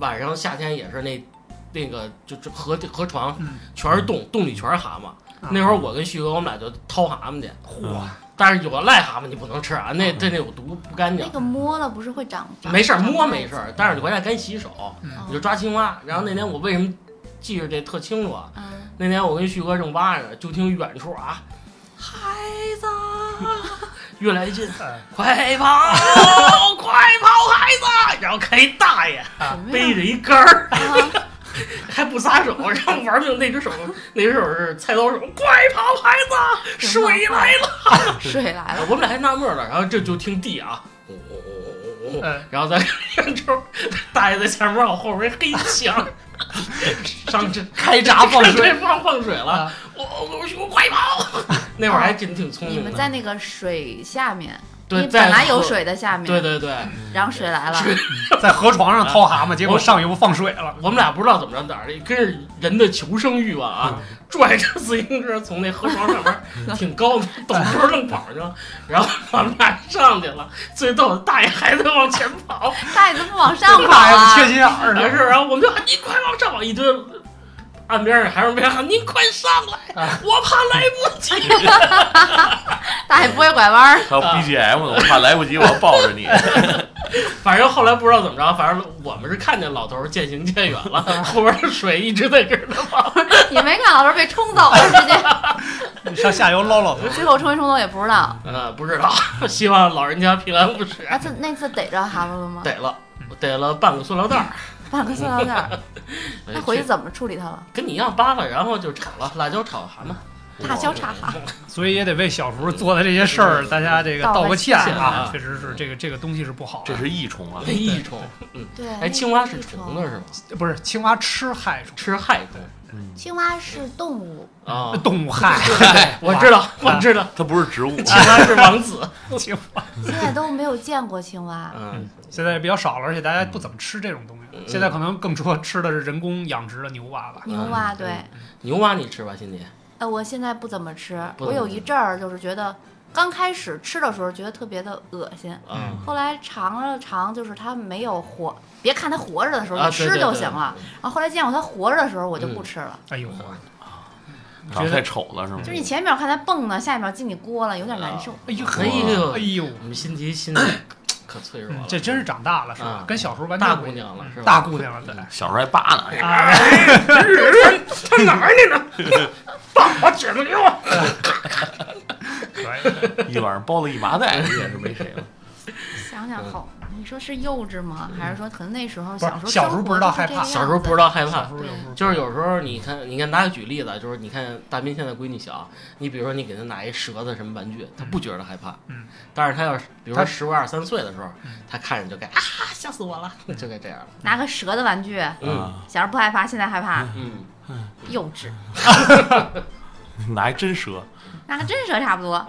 [SPEAKER 4] 晚上夏天也是那那个就就河河床
[SPEAKER 2] 嗯
[SPEAKER 4] 全是洞，洞里全是蛤蟆。
[SPEAKER 2] 啊
[SPEAKER 4] 那会儿我跟旭哥我们俩就掏蛤蟆去，
[SPEAKER 5] 嗯
[SPEAKER 2] 嚯，
[SPEAKER 4] 但是有癞蛤蟆你不能吃啊，那对那有毒不干净
[SPEAKER 1] 那。个摸了不是会长？
[SPEAKER 4] 没事儿摸没
[SPEAKER 1] 事。
[SPEAKER 4] 事儿，但是你回家赶紧洗手，
[SPEAKER 1] 嗯
[SPEAKER 4] 你就抓青蛙。然后那天我为什么记着这特清楚啊？
[SPEAKER 1] 嗯
[SPEAKER 4] 那天我跟旭哥正挖着，就听远处啊，孩子，越来越近，
[SPEAKER 5] 嗯
[SPEAKER 2] 哎
[SPEAKER 4] 快跑，快跑，孩子！然后看一大爷
[SPEAKER 1] 什么
[SPEAKER 4] 背
[SPEAKER 1] 呀？
[SPEAKER 4] 着一杆儿，
[SPEAKER 1] 啊
[SPEAKER 4] 还不撒手，然后玩命那只手，那只手是菜刀手，快跑，孩子，啊 水来了！
[SPEAKER 1] 啊 水来了，
[SPEAKER 4] 我们俩还纳闷了，然后这就听地啊，哦哦哦哦哦哦
[SPEAKER 2] 嗯，
[SPEAKER 4] 然后在远处，大爷在前面往后边黑墙。上这
[SPEAKER 2] 开闸放水
[SPEAKER 4] 开闸放放水了
[SPEAKER 2] 啊，
[SPEAKER 4] 我我我快跑！那会儿还真挺聪
[SPEAKER 1] 你
[SPEAKER 4] 明的
[SPEAKER 1] 们。在那个水下面你
[SPEAKER 4] 嗯对，
[SPEAKER 1] 本
[SPEAKER 4] 在
[SPEAKER 1] 来有
[SPEAKER 4] 河，
[SPEAKER 1] 水在下面，
[SPEAKER 4] 对对对，
[SPEAKER 1] 然后水来了，
[SPEAKER 2] 呃在河床上掏蛤蟆，结果上游放水了。
[SPEAKER 4] 我们俩不知道怎么着哪儿，跟着人的求生欲望啊，
[SPEAKER 2] 嗯
[SPEAKER 4] 拽着自行车从那河床上边儿挺高的陡坡上跑去了，然后我们俩上去了，最逗的大爷还在往前跑，
[SPEAKER 1] 袋子不往上跑
[SPEAKER 2] 大爷
[SPEAKER 1] 啊
[SPEAKER 2] 缺！心眼儿
[SPEAKER 4] 没
[SPEAKER 2] 呢
[SPEAKER 4] 事，然后我们就喊你快往上，一堆岸边上还是边喊你快上来
[SPEAKER 2] 啊，
[SPEAKER 4] 我怕来不及。
[SPEAKER 1] 大爷不会拐弯儿，
[SPEAKER 5] 还有 BGM 呢，我怕来不及，我要抱着你。
[SPEAKER 4] 反正后来不知道怎么着，反正我们是看见老头儿渐行渐远了， 后边儿水一直在跟着他跑。
[SPEAKER 1] 你没看老头被冲走了，直 接
[SPEAKER 2] 你上下游捞捞他。
[SPEAKER 1] 最后冲没冲走也不知道。
[SPEAKER 4] 呃，不知道， 希望老人家平安无事。
[SPEAKER 1] 那次那次逮着蛤蟆了吗？
[SPEAKER 4] 逮了，逮了半个塑料袋儿，哎
[SPEAKER 1] 半个塑料袋儿，那回去
[SPEAKER 4] 嗯去
[SPEAKER 1] 怎么处理它了？
[SPEAKER 4] 跟你一样扒拉，然后就炒了，辣椒炒蛤蟆。哎
[SPEAKER 1] 大椒叉蛤蟆，
[SPEAKER 2] 所以也得为小时候做的这些事儿，大家这个道个歉
[SPEAKER 1] 道个
[SPEAKER 4] 歉啊
[SPEAKER 2] 啊！确实是这个这个东西是不好的
[SPEAKER 5] 这，是益虫啊
[SPEAKER 4] 那，益虫，
[SPEAKER 1] 对，
[SPEAKER 4] 哎，青蛙是虫子是吗？
[SPEAKER 2] 不是青蛙吃害虫，
[SPEAKER 4] 吃害虫
[SPEAKER 5] 嗯
[SPEAKER 1] 青蛙是动物，
[SPEAKER 4] 啊？哎
[SPEAKER 2] 动物害。
[SPEAKER 4] 我 知道，我知道，
[SPEAKER 5] 它不是植物。啊
[SPEAKER 4] 青蛙是王 子。
[SPEAKER 2] 道，青蛙
[SPEAKER 1] 现在都没有见过青蛙。
[SPEAKER 4] 嗯，
[SPEAKER 2] 现在比较少了，而且大家不怎么吃这种东西。
[SPEAKER 4] 嗯
[SPEAKER 2] 现在可能更多吃的是人工养殖的牛蛙吧。
[SPEAKER 1] 牛蛙对，
[SPEAKER 4] 牛蛙你吃吧，欣姐。
[SPEAKER 1] 呃，我现在不怎么吃，我
[SPEAKER 4] 不怎么
[SPEAKER 1] 有一阵儿就是觉得刚开始吃的时候觉得特别的恶心，
[SPEAKER 4] 啊
[SPEAKER 1] 后来尝了尝，就是它没有活，别看它活着的时候
[SPEAKER 4] 啊
[SPEAKER 1] 你
[SPEAKER 4] 对
[SPEAKER 1] 吃
[SPEAKER 4] 对
[SPEAKER 1] 就
[SPEAKER 4] 对
[SPEAKER 1] 行了。然后后来见过它活着的时候，我就不
[SPEAKER 4] 嗯
[SPEAKER 1] 吃了。
[SPEAKER 2] 哎呦，
[SPEAKER 5] 长得太丑了是吗
[SPEAKER 1] 就？是你前一秒看它蹦呢，下一秒进你锅了，有点难受。
[SPEAKER 2] 哎呦，
[SPEAKER 4] 哎呦
[SPEAKER 2] 哎，呦，
[SPEAKER 4] 我们欣姐心可脆弱
[SPEAKER 2] 嗯
[SPEAKER 4] 了，
[SPEAKER 2] 这真是长大了是吧
[SPEAKER 4] 啊？
[SPEAKER 2] 跟小时候完全
[SPEAKER 4] 嗯大
[SPEAKER 2] 不
[SPEAKER 4] 姑
[SPEAKER 2] 一样
[SPEAKER 4] 娘了是吧？
[SPEAKER 2] 大姑娘了，对。
[SPEAKER 5] 小时候还扒呢，
[SPEAKER 2] 啊，
[SPEAKER 4] 他哪儿呢？ 爸，我卷个溜啊！
[SPEAKER 2] 可 以，
[SPEAKER 5] 一晚上包了一麻袋，这也是没谁了。
[SPEAKER 1] 想想好，你说是幼稚吗？还是说可能那时候
[SPEAKER 2] 不是
[SPEAKER 1] 小时候
[SPEAKER 2] 小时候
[SPEAKER 1] 生
[SPEAKER 2] 不
[SPEAKER 1] 活
[SPEAKER 2] 知道
[SPEAKER 1] 就是
[SPEAKER 2] 害
[SPEAKER 1] 这
[SPEAKER 2] 怕
[SPEAKER 1] 样
[SPEAKER 4] 小时候
[SPEAKER 1] 子
[SPEAKER 4] 不知道害怕，
[SPEAKER 2] 不是不是
[SPEAKER 4] 就是有时候你看，你看，拿举例子，就是你看大斌现在闺女小，你比如说你给她拿一折子什么玩具，她不觉得害怕，
[SPEAKER 2] 嗯，
[SPEAKER 4] 但是她要是比如
[SPEAKER 2] 她
[SPEAKER 4] 说十五二三岁的时候，她看着就该啊吓死我了， 就该这样了，
[SPEAKER 1] 拿个蛇的玩具，
[SPEAKER 4] 嗯
[SPEAKER 5] 啊，
[SPEAKER 1] 小时候不害怕，现在害怕，
[SPEAKER 4] 嗯，
[SPEAKER 1] 幼稚。
[SPEAKER 5] 拿一真蛇，
[SPEAKER 1] 那还真蛇差不多。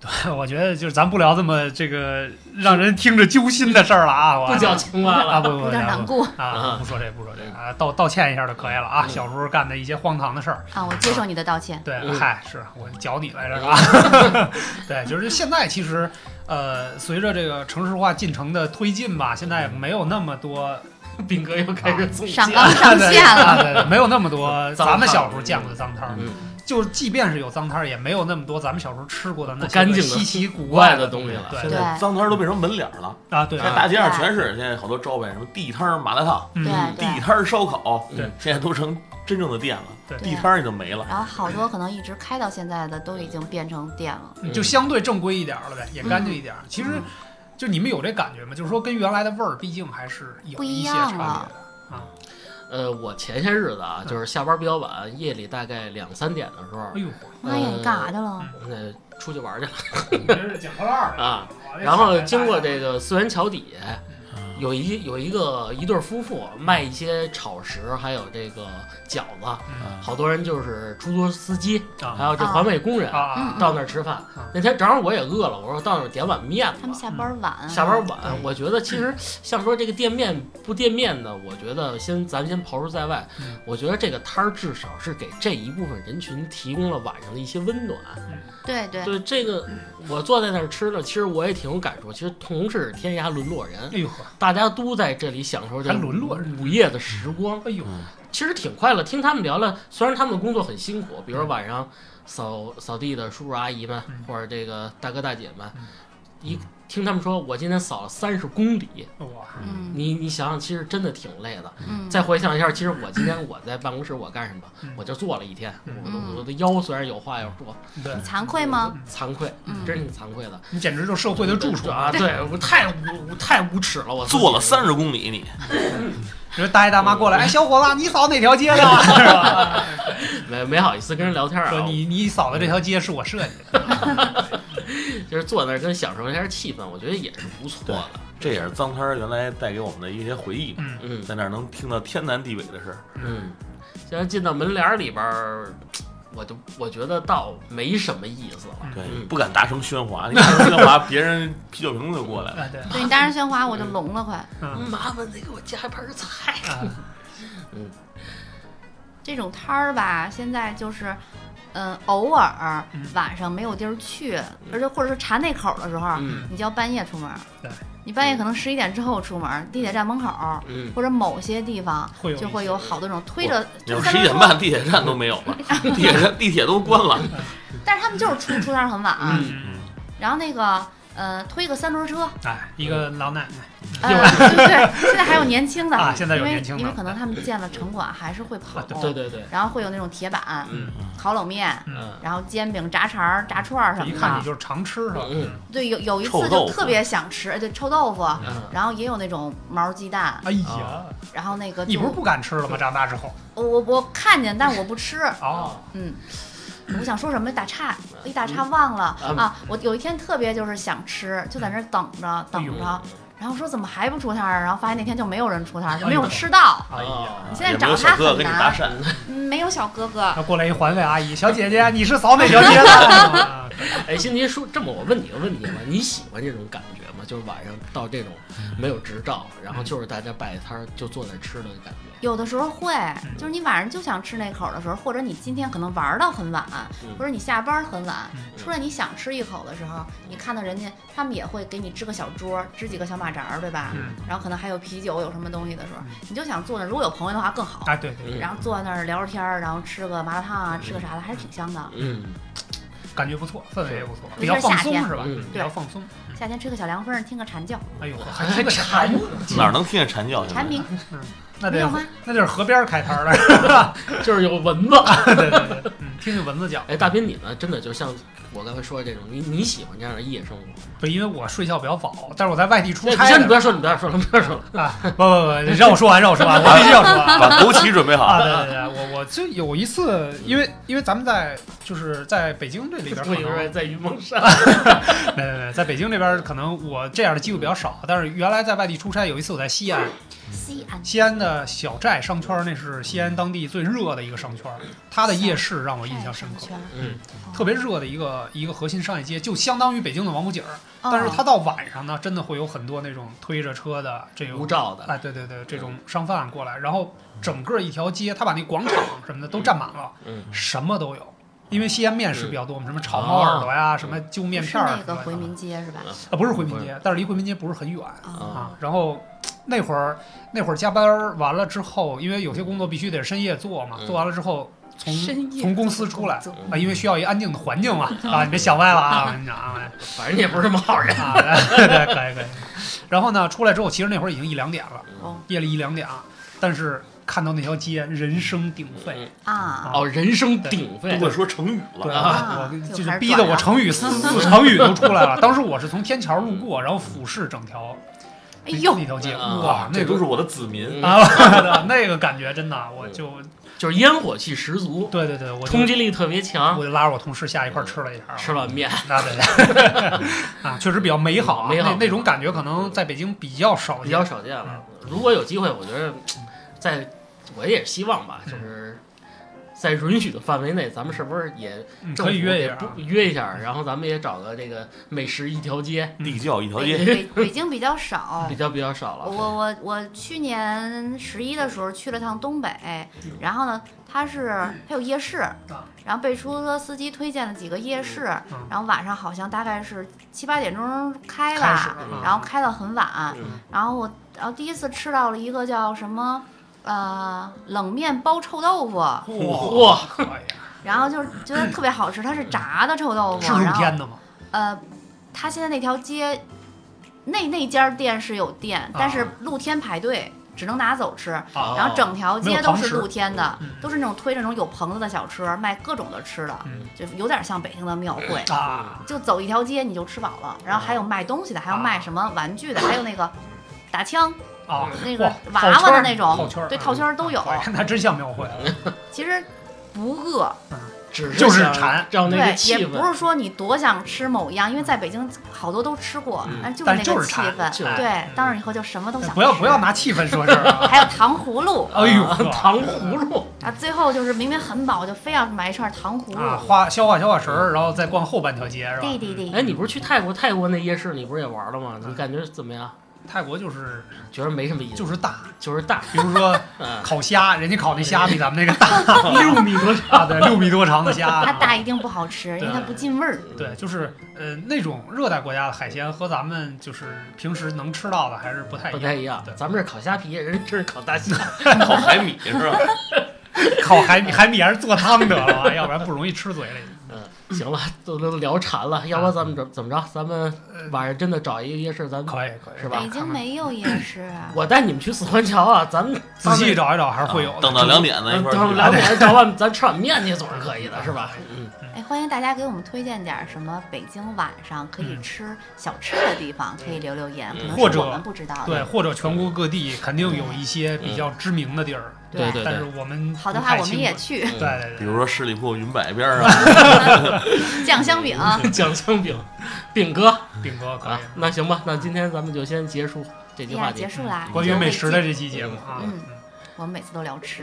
[SPEAKER 2] 对， 我觉得就是咱不聊这么这个让人听着揪心的事儿了 啊，我
[SPEAKER 4] 不叫青蛙
[SPEAKER 2] 啊，
[SPEAKER 4] 了，
[SPEAKER 2] 不不不，
[SPEAKER 1] 有点难过
[SPEAKER 2] 啊，不说这，不说这啊，道道歉一下就可以了
[SPEAKER 4] 嗯
[SPEAKER 2] 啊。小时候干的一些荒唐的事儿，
[SPEAKER 1] 啊，我接受你的道歉。
[SPEAKER 2] 对，
[SPEAKER 4] 嗯
[SPEAKER 2] 嗨，是我搅你来着啊。 对，就是现在其实，呃，随着这个城市化进程的推进吧，现在没有那么多
[SPEAKER 4] 斌哥又开始总结
[SPEAKER 1] 上纲上线了，
[SPEAKER 2] 啊，对对没有那么多
[SPEAKER 4] 脏摊儿
[SPEAKER 2] 咱们小时候见过的脏摊儿，
[SPEAKER 4] 嗯，
[SPEAKER 2] 就即便是有脏摊儿，也没有那么多咱们小时候吃过的那
[SPEAKER 4] 不干
[SPEAKER 2] 些
[SPEAKER 4] 净
[SPEAKER 2] 个
[SPEAKER 4] 的
[SPEAKER 2] 稀奇古
[SPEAKER 4] 怪
[SPEAKER 2] 的
[SPEAKER 4] 的东西了
[SPEAKER 5] 现
[SPEAKER 2] 对
[SPEAKER 5] 在脏摊儿都变成门脸儿了，
[SPEAKER 2] 啊，对
[SPEAKER 5] 现，在大街上全是，现在好多招牌，什么地摊儿麻辣烫、
[SPEAKER 2] 嗯
[SPEAKER 1] 对
[SPEAKER 5] 地
[SPEAKER 1] 对。
[SPEAKER 5] 摊儿烧烤，嗯
[SPEAKER 2] 对，啊
[SPEAKER 5] 现在都成真正的店了。
[SPEAKER 2] 对
[SPEAKER 5] 地摊儿也就没了。
[SPEAKER 1] 然后好多可能一直开到现在的都已经变成店了，
[SPEAKER 2] 嗯就
[SPEAKER 4] 嗯
[SPEAKER 2] 相对正规一点儿了呗，也干
[SPEAKER 1] 嗯
[SPEAKER 2] 净一点儿。其实，就你们有这感觉吗？就是说跟原来的味儿，毕竟还是有
[SPEAKER 1] 不一
[SPEAKER 2] 一些
[SPEAKER 1] 样
[SPEAKER 2] 差别
[SPEAKER 1] 了
[SPEAKER 2] 的。
[SPEAKER 4] 呃，我前些日子啊，就是下班比较晚，夜里大概两三点的时候
[SPEAKER 2] 嗯哎，
[SPEAKER 1] 妈呀，
[SPEAKER 2] 呦，
[SPEAKER 1] 你干啥去了？
[SPEAKER 4] 那出去玩去了
[SPEAKER 2] 你这是捡破烂儿的
[SPEAKER 4] 啊。
[SPEAKER 2] 我这
[SPEAKER 4] 然后
[SPEAKER 2] 小孩
[SPEAKER 4] 经过
[SPEAKER 2] 子
[SPEAKER 4] 这个四元桥底下，有一有一个一对夫妇卖一些炒食，还有这个饺子，
[SPEAKER 5] 啊
[SPEAKER 4] 好多人就是出租司机，还
[SPEAKER 2] 嗯啊
[SPEAKER 4] 有这环卫工人
[SPEAKER 2] 啊，
[SPEAKER 1] 嗯
[SPEAKER 4] 到那儿吃饭
[SPEAKER 2] 嗯。
[SPEAKER 4] 那天正好我也饿了，我说到那儿点碗面
[SPEAKER 1] 他们
[SPEAKER 4] 吧。
[SPEAKER 1] 下班晚，
[SPEAKER 4] 下班晚，我觉得其实像说这个店面不店面的，我觉得先咱先刨除在外
[SPEAKER 2] 嗯，
[SPEAKER 4] 我觉得这个摊儿至少是给这一部分人群提供了晚上的一些温暖。
[SPEAKER 1] 对对，
[SPEAKER 4] 对这个，我坐在那儿吃了，其实我也挺有感触。其实同是天涯沦落人，
[SPEAKER 2] 哎呦呵，
[SPEAKER 4] 大家都在这里享受这
[SPEAKER 2] 还沦落人
[SPEAKER 4] 午夜的时光，
[SPEAKER 2] 哎呦，
[SPEAKER 4] 其实挺快乐。听他们聊聊，虽然他们的工作很辛苦，比如说晚上扫扫地的叔叔阿姨们
[SPEAKER 2] 嗯，
[SPEAKER 4] 或者这个大哥大姐们
[SPEAKER 2] 嗯，
[SPEAKER 4] 一听他们说，我今天扫了三十公里，
[SPEAKER 2] 哇，
[SPEAKER 1] 嗯
[SPEAKER 4] 你你想想，其实真的挺累的。
[SPEAKER 1] 嗯，
[SPEAKER 4] 再回想一下，其实我今天我在办公室我干什么
[SPEAKER 2] 嗯，
[SPEAKER 4] 我就坐了一天，
[SPEAKER 2] 嗯
[SPEAKER 4] 我的我的腰虽然有话要说，
[SPEAKER 2] 对
[SPEAKER 1] 你惭愧吗？
[SPEAKER 4] 惭愧，
[SPEAKER 1] 嗯
[SPEAKER 4] 真是挺惭愧的。
[SPEAKER 2] 你简直就是社会的蛀虫
[SPEAKER 4] 啊！！对我太无我太无耻了，我
[SPEAKER 5] 坐了三
[SPEAKER 4] 十。
[SPEAKER 5] 十公里，你
[SPEAKER 2] 人大爷大妈过来，哎，小伙子，你扫哪条街的？ 是吧？
[SPEAKER 4] 没没好意思跟人聊天
[SPEAKER 2] 说
[SPEAKER 4] 啊，
[SPEAKER 2] 你你扫的这条街是我设计的，
[SPEAKER 4] 就是坐那儿跟享受一下气氛，我觉得也是不错的。
[SPEAKER 5] 这也是脏摊儿原来带给我们的一些回忆，
[SPEAKER 2] 嗯，
[SPEAKER 4] 嗯
[SPEAKER 5] 在那儿能听到天南地北的事儿。
[SPEAKER 4] 嗯，现在进到门帘儿里边儿，我就我觉得倒没什么意思了。
[SPEAKER 5] 对，
[SPEAKER 4] 嗯
[SPEAKER 5] 不敢大声喧哗，你大声喧哗，别人啤酒瓶子就 过来了。
[SPEAKER 2] 哎对，
[SPEAKER 1] 对你大声喧哗，我就聋了快。
[SPEAKER 2] 嗯
[SPEAKER 4] 麻烦再给我加一盘菜。
[SPEAKER 2] 啊
[SPEAKER 1] 这种摊儿吧，现在就是，嗯，偶尔
[SPEAKER 2] 嗯
[SPEAKER 1] 晚上没有地儿去，而且或者是馋那口儿的时候，
[SPEAKER 4] 嗯
[SPEAKER 1] 你就要半夜出门
[SPEAKER 2] 对。嗯
[SPEAKER 1] 你半夜可能十一点之后出门，地铁站门口
[SPEAKER 4] 嗯，
[SPEAKER 1] 或者某些地方
[SPEAKER 2] 会有
[SPEAKER 1] 就
[SPEAKER 2] 一
[SPEAKER 1] 会
[SPEAKER 2] 些
[SPEAKER 1] 有好多种推着，
[SPEAKER 5] 你
[SPEAKER 1] 就
[SPEAKER 5] 要
[SPEAKER 1] 是三
[SPEAKER 5] 十一
[SPEAKER 1] 轮
[SPEAKER 5] 点
[SPEAKER 1] 车，
[SPEAKER 5] 半，地铁站都没有 了，地铁站地铁都关了。
[SPEAKER 1] 但是他们就是出出摊儿很晚，
[SPEAKER 4] 嗯，
[SPEAKER 5] 嗯，
[SPEAKER 1] 然后那个呃推个三轮车，
[SPEAKER 2] 哎，一个老奶奶，
[SPEAKER 1] 呃对对对，现在还有年轻的，
[SPEAKER 2] 嗯啊现在有
[SPEAKER 1] 因为
[SPEAKER 2] 年轻的
[SPEAKER 1] 因为可能他们建了城管还是会跑，
[SPEAKER 2] 啊
[SPEAKER 4] 对对对，
[SPEAKER 1] 然后会有那种铁板、
[SPEAKER 4] 嗯
[SPEAKER 1] 烤冷面，
[SPEAKER 4] 嗯
[SPEAKER 1] 然后煎饼、炸肠儿、炸串儿什
[SPEAKER 2] 一
[SPEAKER 1] 么
[SPEAKER 2] 看你
[SPEAKER 1] 的。
[SPEAKER 2] 就是常吃是吧？
[SPEAKER 4] 嗯
[SPEAKER 1] 对，有有一
[SPEAKER 5] 臭
[SPEAKER 1] 次就
[SPEAKER 5] 豆腐
[SPEAKER 1] 特别想吃，对，臭豆腐，
[SPEAKER 4] 嗯，
[SPEAKER 1] 然后也有那种毛鸡蛋，
[SPEAKER 2] 哎呀
[SPEAKER 4] 啊，
[SPEAKER 1] 然后那个
[SPEAKER 2] 你
[SPEAKER 1] 就
[SPEAKER 2] 不是不敢吃了吗？长大之后，
[SPEAKER 1] 我我我看见，但我不吃。
[SPEAKER 2] 哦，
[SPEAKER 1] 嗯，我想说什么打岔，
[SPEAKER 4] 嗯
[SPEAKER 1] 一打岔忘了
[SPEAKER 4] 嗯
[SPEAKER 1] 啊。我有一天特别就是想吃，就在那儿等着等着，然后说怎么还不出摊儿，然后发现那天就没有人出摊儿，就没有吃到。
[SPEAKER 2] 哎呀，
[SPEAKER 4] 啊
[SPEAKER 1] 你现在
[SPEAKER 5] 也没
[SPEAKER 1] 找
[SPEAKER 5] 有
[SPEAKER 1] 他
[SPEAKER 5] 小哥哥
[SPEAKER 1] 很
[SPEAKER 5] 跟你搭
[SPEAKER 1] 难，
[SPEAKER 5] 讪，
[SPEAKER 1] 嗯没有小哥哥，
[SPEAKER 2] 那过来一环卫阿姨，小姐姐，你是扫哪条街的啊？
[SPEAKER 4] 哎，欣姐说这么，我问你个问题吧，你喜欢这种感觉吗？就是晚上到这种没有执照，然后就是大家摆摊儿就坐那儿吃的感觉。
[SPEAKER 1] 有的时候会，
[SPEAKER 2] 嗯
[SPEAKER 1] 就是你晚上就想吃那口儿的时候，或者你今天可能玩儿到很晚，
[SPEAKER 4] 嗯
[SPEAKER 1] 或者你下班儿很晚
[SPEAKER 2] 嗯，
[SPEAKER 1] 出来你想吃一口的时候，你看到人家他们也会给你支个小桌，支几个小马扎儿，对吧？
[SPEAKER 2] 嗯
[SPEAKER 1] 然后可能还有啤酒，有什么东西的时候
[SPEAKER 2] 嗯，
[SPEAKER 1] 你就想坐那儿。如果有朋友的话更好，
[SPEAKER 2] 哎，对对，
[SPEAKER 4] 嗯
[SPEAKER 1] 然后坐在那儿聊聊天儿，然后吃个麻辣烫
[SPEAKER 2] 嗯
[SPEAKER 1] 啊，吃个啥的，还是挺香的。
[SPEAKER 4] 嗯，
[SPEAKER 2] 感觉不错，氛围也不错，
[SPEAKER 1] 是
[SPEAKER 2] 比较放松
[SPEAKER 1] 夏天
[SPEAKER 2] 是吧
[SPEAKER 4] 嗯？
[SPEAKER 2] 比较放松。
[SPEAKER 1] 夏天吃个小凉风儿，听个蝉叫，
[SPEAKER 2] 哎呦，
[SPEAKER 4] 还
[SPEAKER 2] 真的是
[SPEAKER 4] 馋
[SPEAKER 2] 馋
[SPEAKER 5] 哪能听见蝉叫？现在
[SPEAKER 1] 蝉鸣
[SPEAKER 2] 嗯那嗯
[SPEAKER 1] 没有啊
[SPEAKER 2] 得
[SPEAKER 1] 吗？
[SPEAKER 2] 那就是河边儿开摊儿了，是吧？
[SPEAKER 4] 就是有蚊子。
[SPEAKER 2] 对对对，对嗯，听听蚊子叫。
[SPEAKER 4] 哎，大斌，你呢？真的就像我刚才说的这种，你你喜欢这样的夜生活吗？
[SPEAKER 2] 不，因为我睡觉比较早，但是我在外地出
[SPEAKER 4] 哎
[SPEAKER 2] 差
[SPEAKER 4] 行，你
[SPEAKER 2] 呢。
[SPEAKER 4] 不要说，你不要说了，不要说了。
[SPEAKER 2] 啊，不不不，你让我说完，让我 说完，我必须要说完。
[SPEAKER 5] 把枸杞准备好。
[SPEAKER 2] 啊，对对对，我我就有一次，因为因为咱们在就是在北京这里边儿可
[SPEAKER 4] 我以
[SPEAKER 2] 能，
[SPEAKER 4] 为在云梦山。
[SPEAKER 2] 没没没，在北京这边儿可能我这样的机会比较少，但是原来在外地出差，有一次我在西安，
[SPEAKER 1] 西安
[SPEAKER 2] 西安的小寨商圈儿，那是西安当地最热的一个商圈儿，它的夜市让我印象深刻，
[SPEAKER 1] 圈儿，
[SPEAKER 4] 嗯
[SPEAKER 2] 特别热的一个一个核心商业街，就相当于北京的王府井儿，
[SPEAKER 1] 哦
[SPEAKER 2] 但是它到晚上呢，真的会有很多那种推着车的这 种
[SPEAKER 4] 无照的。嗯
[SPEAKER 2] 哎，对对对，这种商贩过来，然后整个一条街，他把那广场什么的都占满了，
[SPEAKER 4] 嗯啊
[SPEAKER 2] 什么都有。因为西安面食比较多，我们什么炒猫耳朵呀，什么
[SPEAKER 4] 嗯
[SPEAKER 2] 揪面
[SPEAKER 1] 不是
[SPEAKER 2] 片儿
[SPEAKER 1] 那
[SPEAKER 2] 什
[SPEAKER 1] 个
[SPEAKER 2] 么
[SPEAKER 1] 回
[SPEAKER 2] 的，
[SPEAKER 1] 民街是吧？
[SPEAKER 2] 啊，不是回民街，但是离回民街不是很远
[SPEAKER 1] 啊，
[SPEAKER 4] 嗯
[SPEAKER 2] 啊。然后那会儿那会儿加班儿完了之后，因为有些工作必须得深夜做嘛，
[SPEAKER 4] 嗯
[SPEAKER 2] 做完了之后从
[SPEAKER 1] 深夜
[SPEAKER 2] 嗯从公司出来
[SPEAKER 1] 做
[SPEAKER 2] 啊，因为需要一安静的环境嘛
[SPEAKER 4] 嗯
[SPEAKER 2] 啊，你别想歪了啊，我跟你讲啊。
[SPEAKER 4] 反正你也不是什么好 人。
[SPEAKER 2] 啊，对对，可以可以。然后呢，出来之后，其实那会儿已经一两点了，
[SPEAKER 1] 哦
[SPEAKER 2] 夜里一两点啊。但是看到那条街人声鼎沸，
[SPEAKER 1] 啊，
[SPEAKER 4] 哦，人声鼎
[SPEAKER 5] 都
[SPEAKER 4] 沸。
[SPEAKER 5] 会说成语
[SPEAKER 2] 对，
[SPEAKER 4] 嗯
[SPEAKER 5] 了，
[SPEAKER 1] 啊
[SPEAKER 2] 我
[SPEAKER 1] 就
[SPEAKER 2] 就
[SPEAKER 1] 开
[SPEAKER 2] 是
[SPEAKER 1] 始
[SPEAKER 2] 逼得
[SPEAKER 1] 转
[SPEAKER 2] 我
[SPEAKER 1] 了
[SPEAKER 2] 成 语四四成语都出来了。当时我是从天桥路过，然后俯视整条
[SPEAKER 1] 哎呦
[SPEAKER 2] 那，条街，
[SPEAKER 4] 啊
[SPEAKER 2] 哇，那
[SPEAKER 5] 这都
[SPEAKER 2] 个
[SPEAKER 5] 是我的子民。
[SPEAKER 4] 嗯，
[SPEAKER 2] 啊，那个感觉真的，我就
[SPEAKER 4] 就是烟火气十足，
[SPEAKER 2] 对对对，我就
[SPEAKER 4] 嗯冲击力特别强。
[SPEAKER 2] 我就拉着我同事下一块儿吃了一下，啊
[SPEAKER 4] 吃碗面，
[SPEAKER 2] 那得 啊，确实比较美好啊，
[SPEAKER 4] 美好
[SPEAKER 2] 那那种感觉可能在北京比较少见，
[SPEAKER 4] 比较少见了。
[SPEAKER 2] 嗯
[SPEAKER 4] 如果有机会，我觉得在我也希望吧，
[SPEAKER 2] 嗯
[SPEAKER 4] 就是在允许的范围内，咱们是不是也
[SPEAKER 2] 嗯
[SPEAKER 4] 政
[SPEAKER 2] 可以
[SPEAKER 4] 府
[SPEAKER 2] 约一
[SPEAKER 4] 也
[SPEAKER 2] 下啊
[SPEAKER 4] 不约一下，然后咱们也找个这个美食一条街，
[SPEAKER 5] 地窖一条
[SPEAKER 1] 北
[SPEAKER 5] 街，
[SPEAKER 1] 北北京比较
[SPEAKER 2] 嗯
[SPEAKER 1] 少
[SPEAKER 4] 比。较比较少
[SPEAKER 1] 我
[SPEAKER 4] 了。
[SPEAKER 1] 我我去年十一的时候去了趟东北，
[SPEAKER 2] 哎
[SPEAKER 1] 然后呢，它是它有夜市，然后被出租车司机推荐了几个夜市
[SPEAKER 2] 嗯，
[SPEAKER 1] 然后晚上好像大概是七八点钟开
[SPEAKER 2] 开始
[SPEAKER 1] 吧，
[SPEAKER 2] 啊了，
[SPEAKER 1] 然后开到很晚
[SPEAKER 4] 嗯，
[SPEAKER 1] 然后我然后第一次吃到了一个叫什么呃冷面包臭豆腐，
[SPEAKER 2] 哇，哎呀
[SPEAKER 1] 然后就是觉得特别好吃，它是炸的臭豆腐，
[SPEAKER 2] 是露
[SPEAKER 1] 然后
[SPEAKER 2] 天的吗？
[SPEAKER 1] 呃，他现在那条街，那那家店是有店，但是露天排队，只能拿走吃。
[SPEAKER 2] 啊
[SPEAKER 4] 哦
[SPEAKER 1] 然后整条
[SPEAKER 2] 没
[SPEAKER 1] 街
[SPEAKER 2] 有
[SPEAKER 1] 都
[SPEAKER 2] 堂
[SPEAKER 1] 是
[SPEAKER 2] 食
[SPEAKER 1] 露天的，
[SPEAKER 2] 嗯
[SPEAKER 1] 都是那种推着那种有棚子的小车，卖各种的吃的，
[SPEAKER 2] 嗯
[SPEAKER 1] 就有点像北京的庙会。
[SPEAKER 2] 啊，
[SPEAKER 1] 就走一条街你就吃饱了，然后还有卖东西的，还有卖什么玩具的，还有那个打枪
[SPEAKER 4] 嗯
[SPEAKER 2] 啊，
[SPEAKER 1] 那个
[SPEAKER 2] 哇
[SPEAKER 1] 娃娃的那
[SPEAKER 2] 套
[SPEAKER 1] 种，
[SPEAKER 2] 圈儿
[SPEAKER 1] 对，套圈儿都有。
[SPEAKER 2] 啊那真像庙会，
[SPEAKER 1] 其实不饿，
[SPEAKER 4] 只是
[SPEAKER 2] 就是
[SPEAKER 4] 想
[SPEAKER 2] 馋
[SPEAKER 4] 让那个
[SPEAKER 1] 对，
[SPEAKER 4] 气
[SPEAKER 1] 也不
[SPEAKER 4] 氛，啊
[SPEAKER 1] 是说你多想吃某一样，因为在北京好多都吃过，
[SPEAKER 4] 嗯
[SPEAKER 1] 但就是
[SPEAKER 2] 但
[SPEAKER 1] 那
[SPEAKER 2] 就哎
[SPEAKER 1] 个
[SPEAKER 2] 是
[SPEAKER 1] 气
[SPEAKER 2] 馋
[SPEAKER 1] 氛。
[SPEAKER 4] 就是
[SPEAKER 1] 对，当然以后就什么都想吃。
[SPEAKER 2] 不要不要拿气氛说事儿啊，
[SPEAKER 1] 还有糖葫芦，
[SPEAKER 2] 哎呦
[SPEAKER 4] 啊
[SPEAKER 2] 呵
[SPEAKER 4] 糖葫芦，
[SPEAKER 1] 啊，最后就是明明很饱，就非要买一串糖葫芦。
[SPEAKER 2] 啊，花消化消化食儿，然后再逛后半条街是吧？
[SPEAKER 1] 对对对，
[SPEAKER 4] 哎，你不是去泰国？泰国那夜市你不是也玩了吗？你感觉怎么样？
[SPEAKER 2] 泰国就是
[SPEAKER 4] 觉得没什么意思，
[SPEAKER 2] 就是大，
[SPEAKER 4] 就是大，
[SPEAKER 2] 比如说
[SPEAKER 4] 嗯，
[SPEAKER 2] 烤虾，人家烤那虾比咱们那个大
[SPEAKER 4] 六米多长，
[SPEAKER 2] 大的六米多长的
[SPEAKER 1] 它
[SPEAKER 2] 虾，啊
[SPEAKER 1] 大一定不好吃，因为它不进味儿。
[SPEAKER 2] 对，就是呃那种热带国家的海鲜和咱们就是平时能吃到的还是不太
[SPEAKER 4] 不
[SPEAKER 2] 一
[SPEAKER 4] 太
[SPEAKER 2] 样。
[SPEAKER 4] 一样
[SPEAKER 2] 对。
[SPEAKER 4] 咱们这烤虾皮，人家这是烤大虾，
[SPEAKER 5] 烤海米是吧？
[SPEAKER 2] 烤海米，海米还是做汤得了啊吧，要不然不容易吃嘴里。
[SPEAKER 4] 嗯，行了，都都聊馋了，要不然咱们怎怎么着？咱们
[SPEAKER 2] 嗯
[SPEAKER 4] 晚上真的找一个夜市，咱们
[SPEAKER 2] 呃可以可以，
[SPEAKER 4] 是吧
[SPEAKER 1] 北京没有夜市啊，
[SPEAKER 4] 我带你们去四环桥啊，咱们
[SPEAKER 2] 仔细找一找还是会有
[SPEAKER 5] 啊
[SPEAKER 2] 的。
[SPEAKER 5] 等到两点咱一块儿
[SPEAKER 4] 等
[SPEAKER 5] 去。
[SPEAKER 4] 两点找碗，咱吃碗面去总是可以的，是吧？嗯，
[SPEAKER 1] 哎，欢迎大家给我们推荐点儿什么北京晚上可以
[SPEAKER 2] 嗯
[SPEAKER 1] 吃小吃的地方，可以留留言，可能
[SPEAKER 2] 或
[SPEAKER 1] 是我
[SPEAKER 2] 者
[SPEAKER 1] 们不知道
[SPEAKER 2] 对，
[SPEAKER 1] 的。
[SPEAKER 2] 或者全国各地肯定有一些比较知名的地儿，
[SPEAKER 4] 对对
[SPEAKER 2] 但是我们
[SPEAKER 1] 好的
[SPEAKER 2] 不
[SPEAKER 1] 话
[SPEAKER 2] 太
[SPEAKER 1] 我们
[SPEAKER 2] 清
[SPEAKER 1] 也
[SPEAKER 2] 楚
[SPEAKER 1] 去
[SPEAKER 2] 对对
[SPEAKER 5] 比
[SPEAKER 2] 对，
[SPEAKER 5] 如说十里铺云北边儿啊，
[SPEAKER 1] 酱香饼，
[SPEAKER 2] 嗯
[SPEAKER 4] 酱香饼，饼哥
[SPEAKER 2] 饼哥可
[SPEAKER 4] 啊
[SPEAKER 2] 以。，
[SPEAKER 4] 那行吧，那今天咱们就先结束这
[SPEAKER 1] 哎
[SPEAKER 4] 句
[SPEAKER 1] 呀，
[SPEAKER 4] 话
[SPEAKER 1] 结
[SPEAKER 4] 题。
[SPEAKER 1] 束啦！
[SPEAKER 2] 关于美食的这期节目啊，
[SPEAKER 1] 嗯我们每次都聊吃，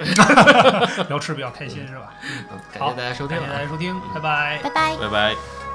[SPEAKER 2] 聊吃比较开心是吧？
[SPEAKER 4] 嗯感谢大家收听
[SPEAKER 2] 感谢
[SPEAKER 4] 啊
[SPEAKER 2] 大。家收听，拜拜。
[SPEAKER 1] 拜拜。
[SPEAKER 5] 拜拜。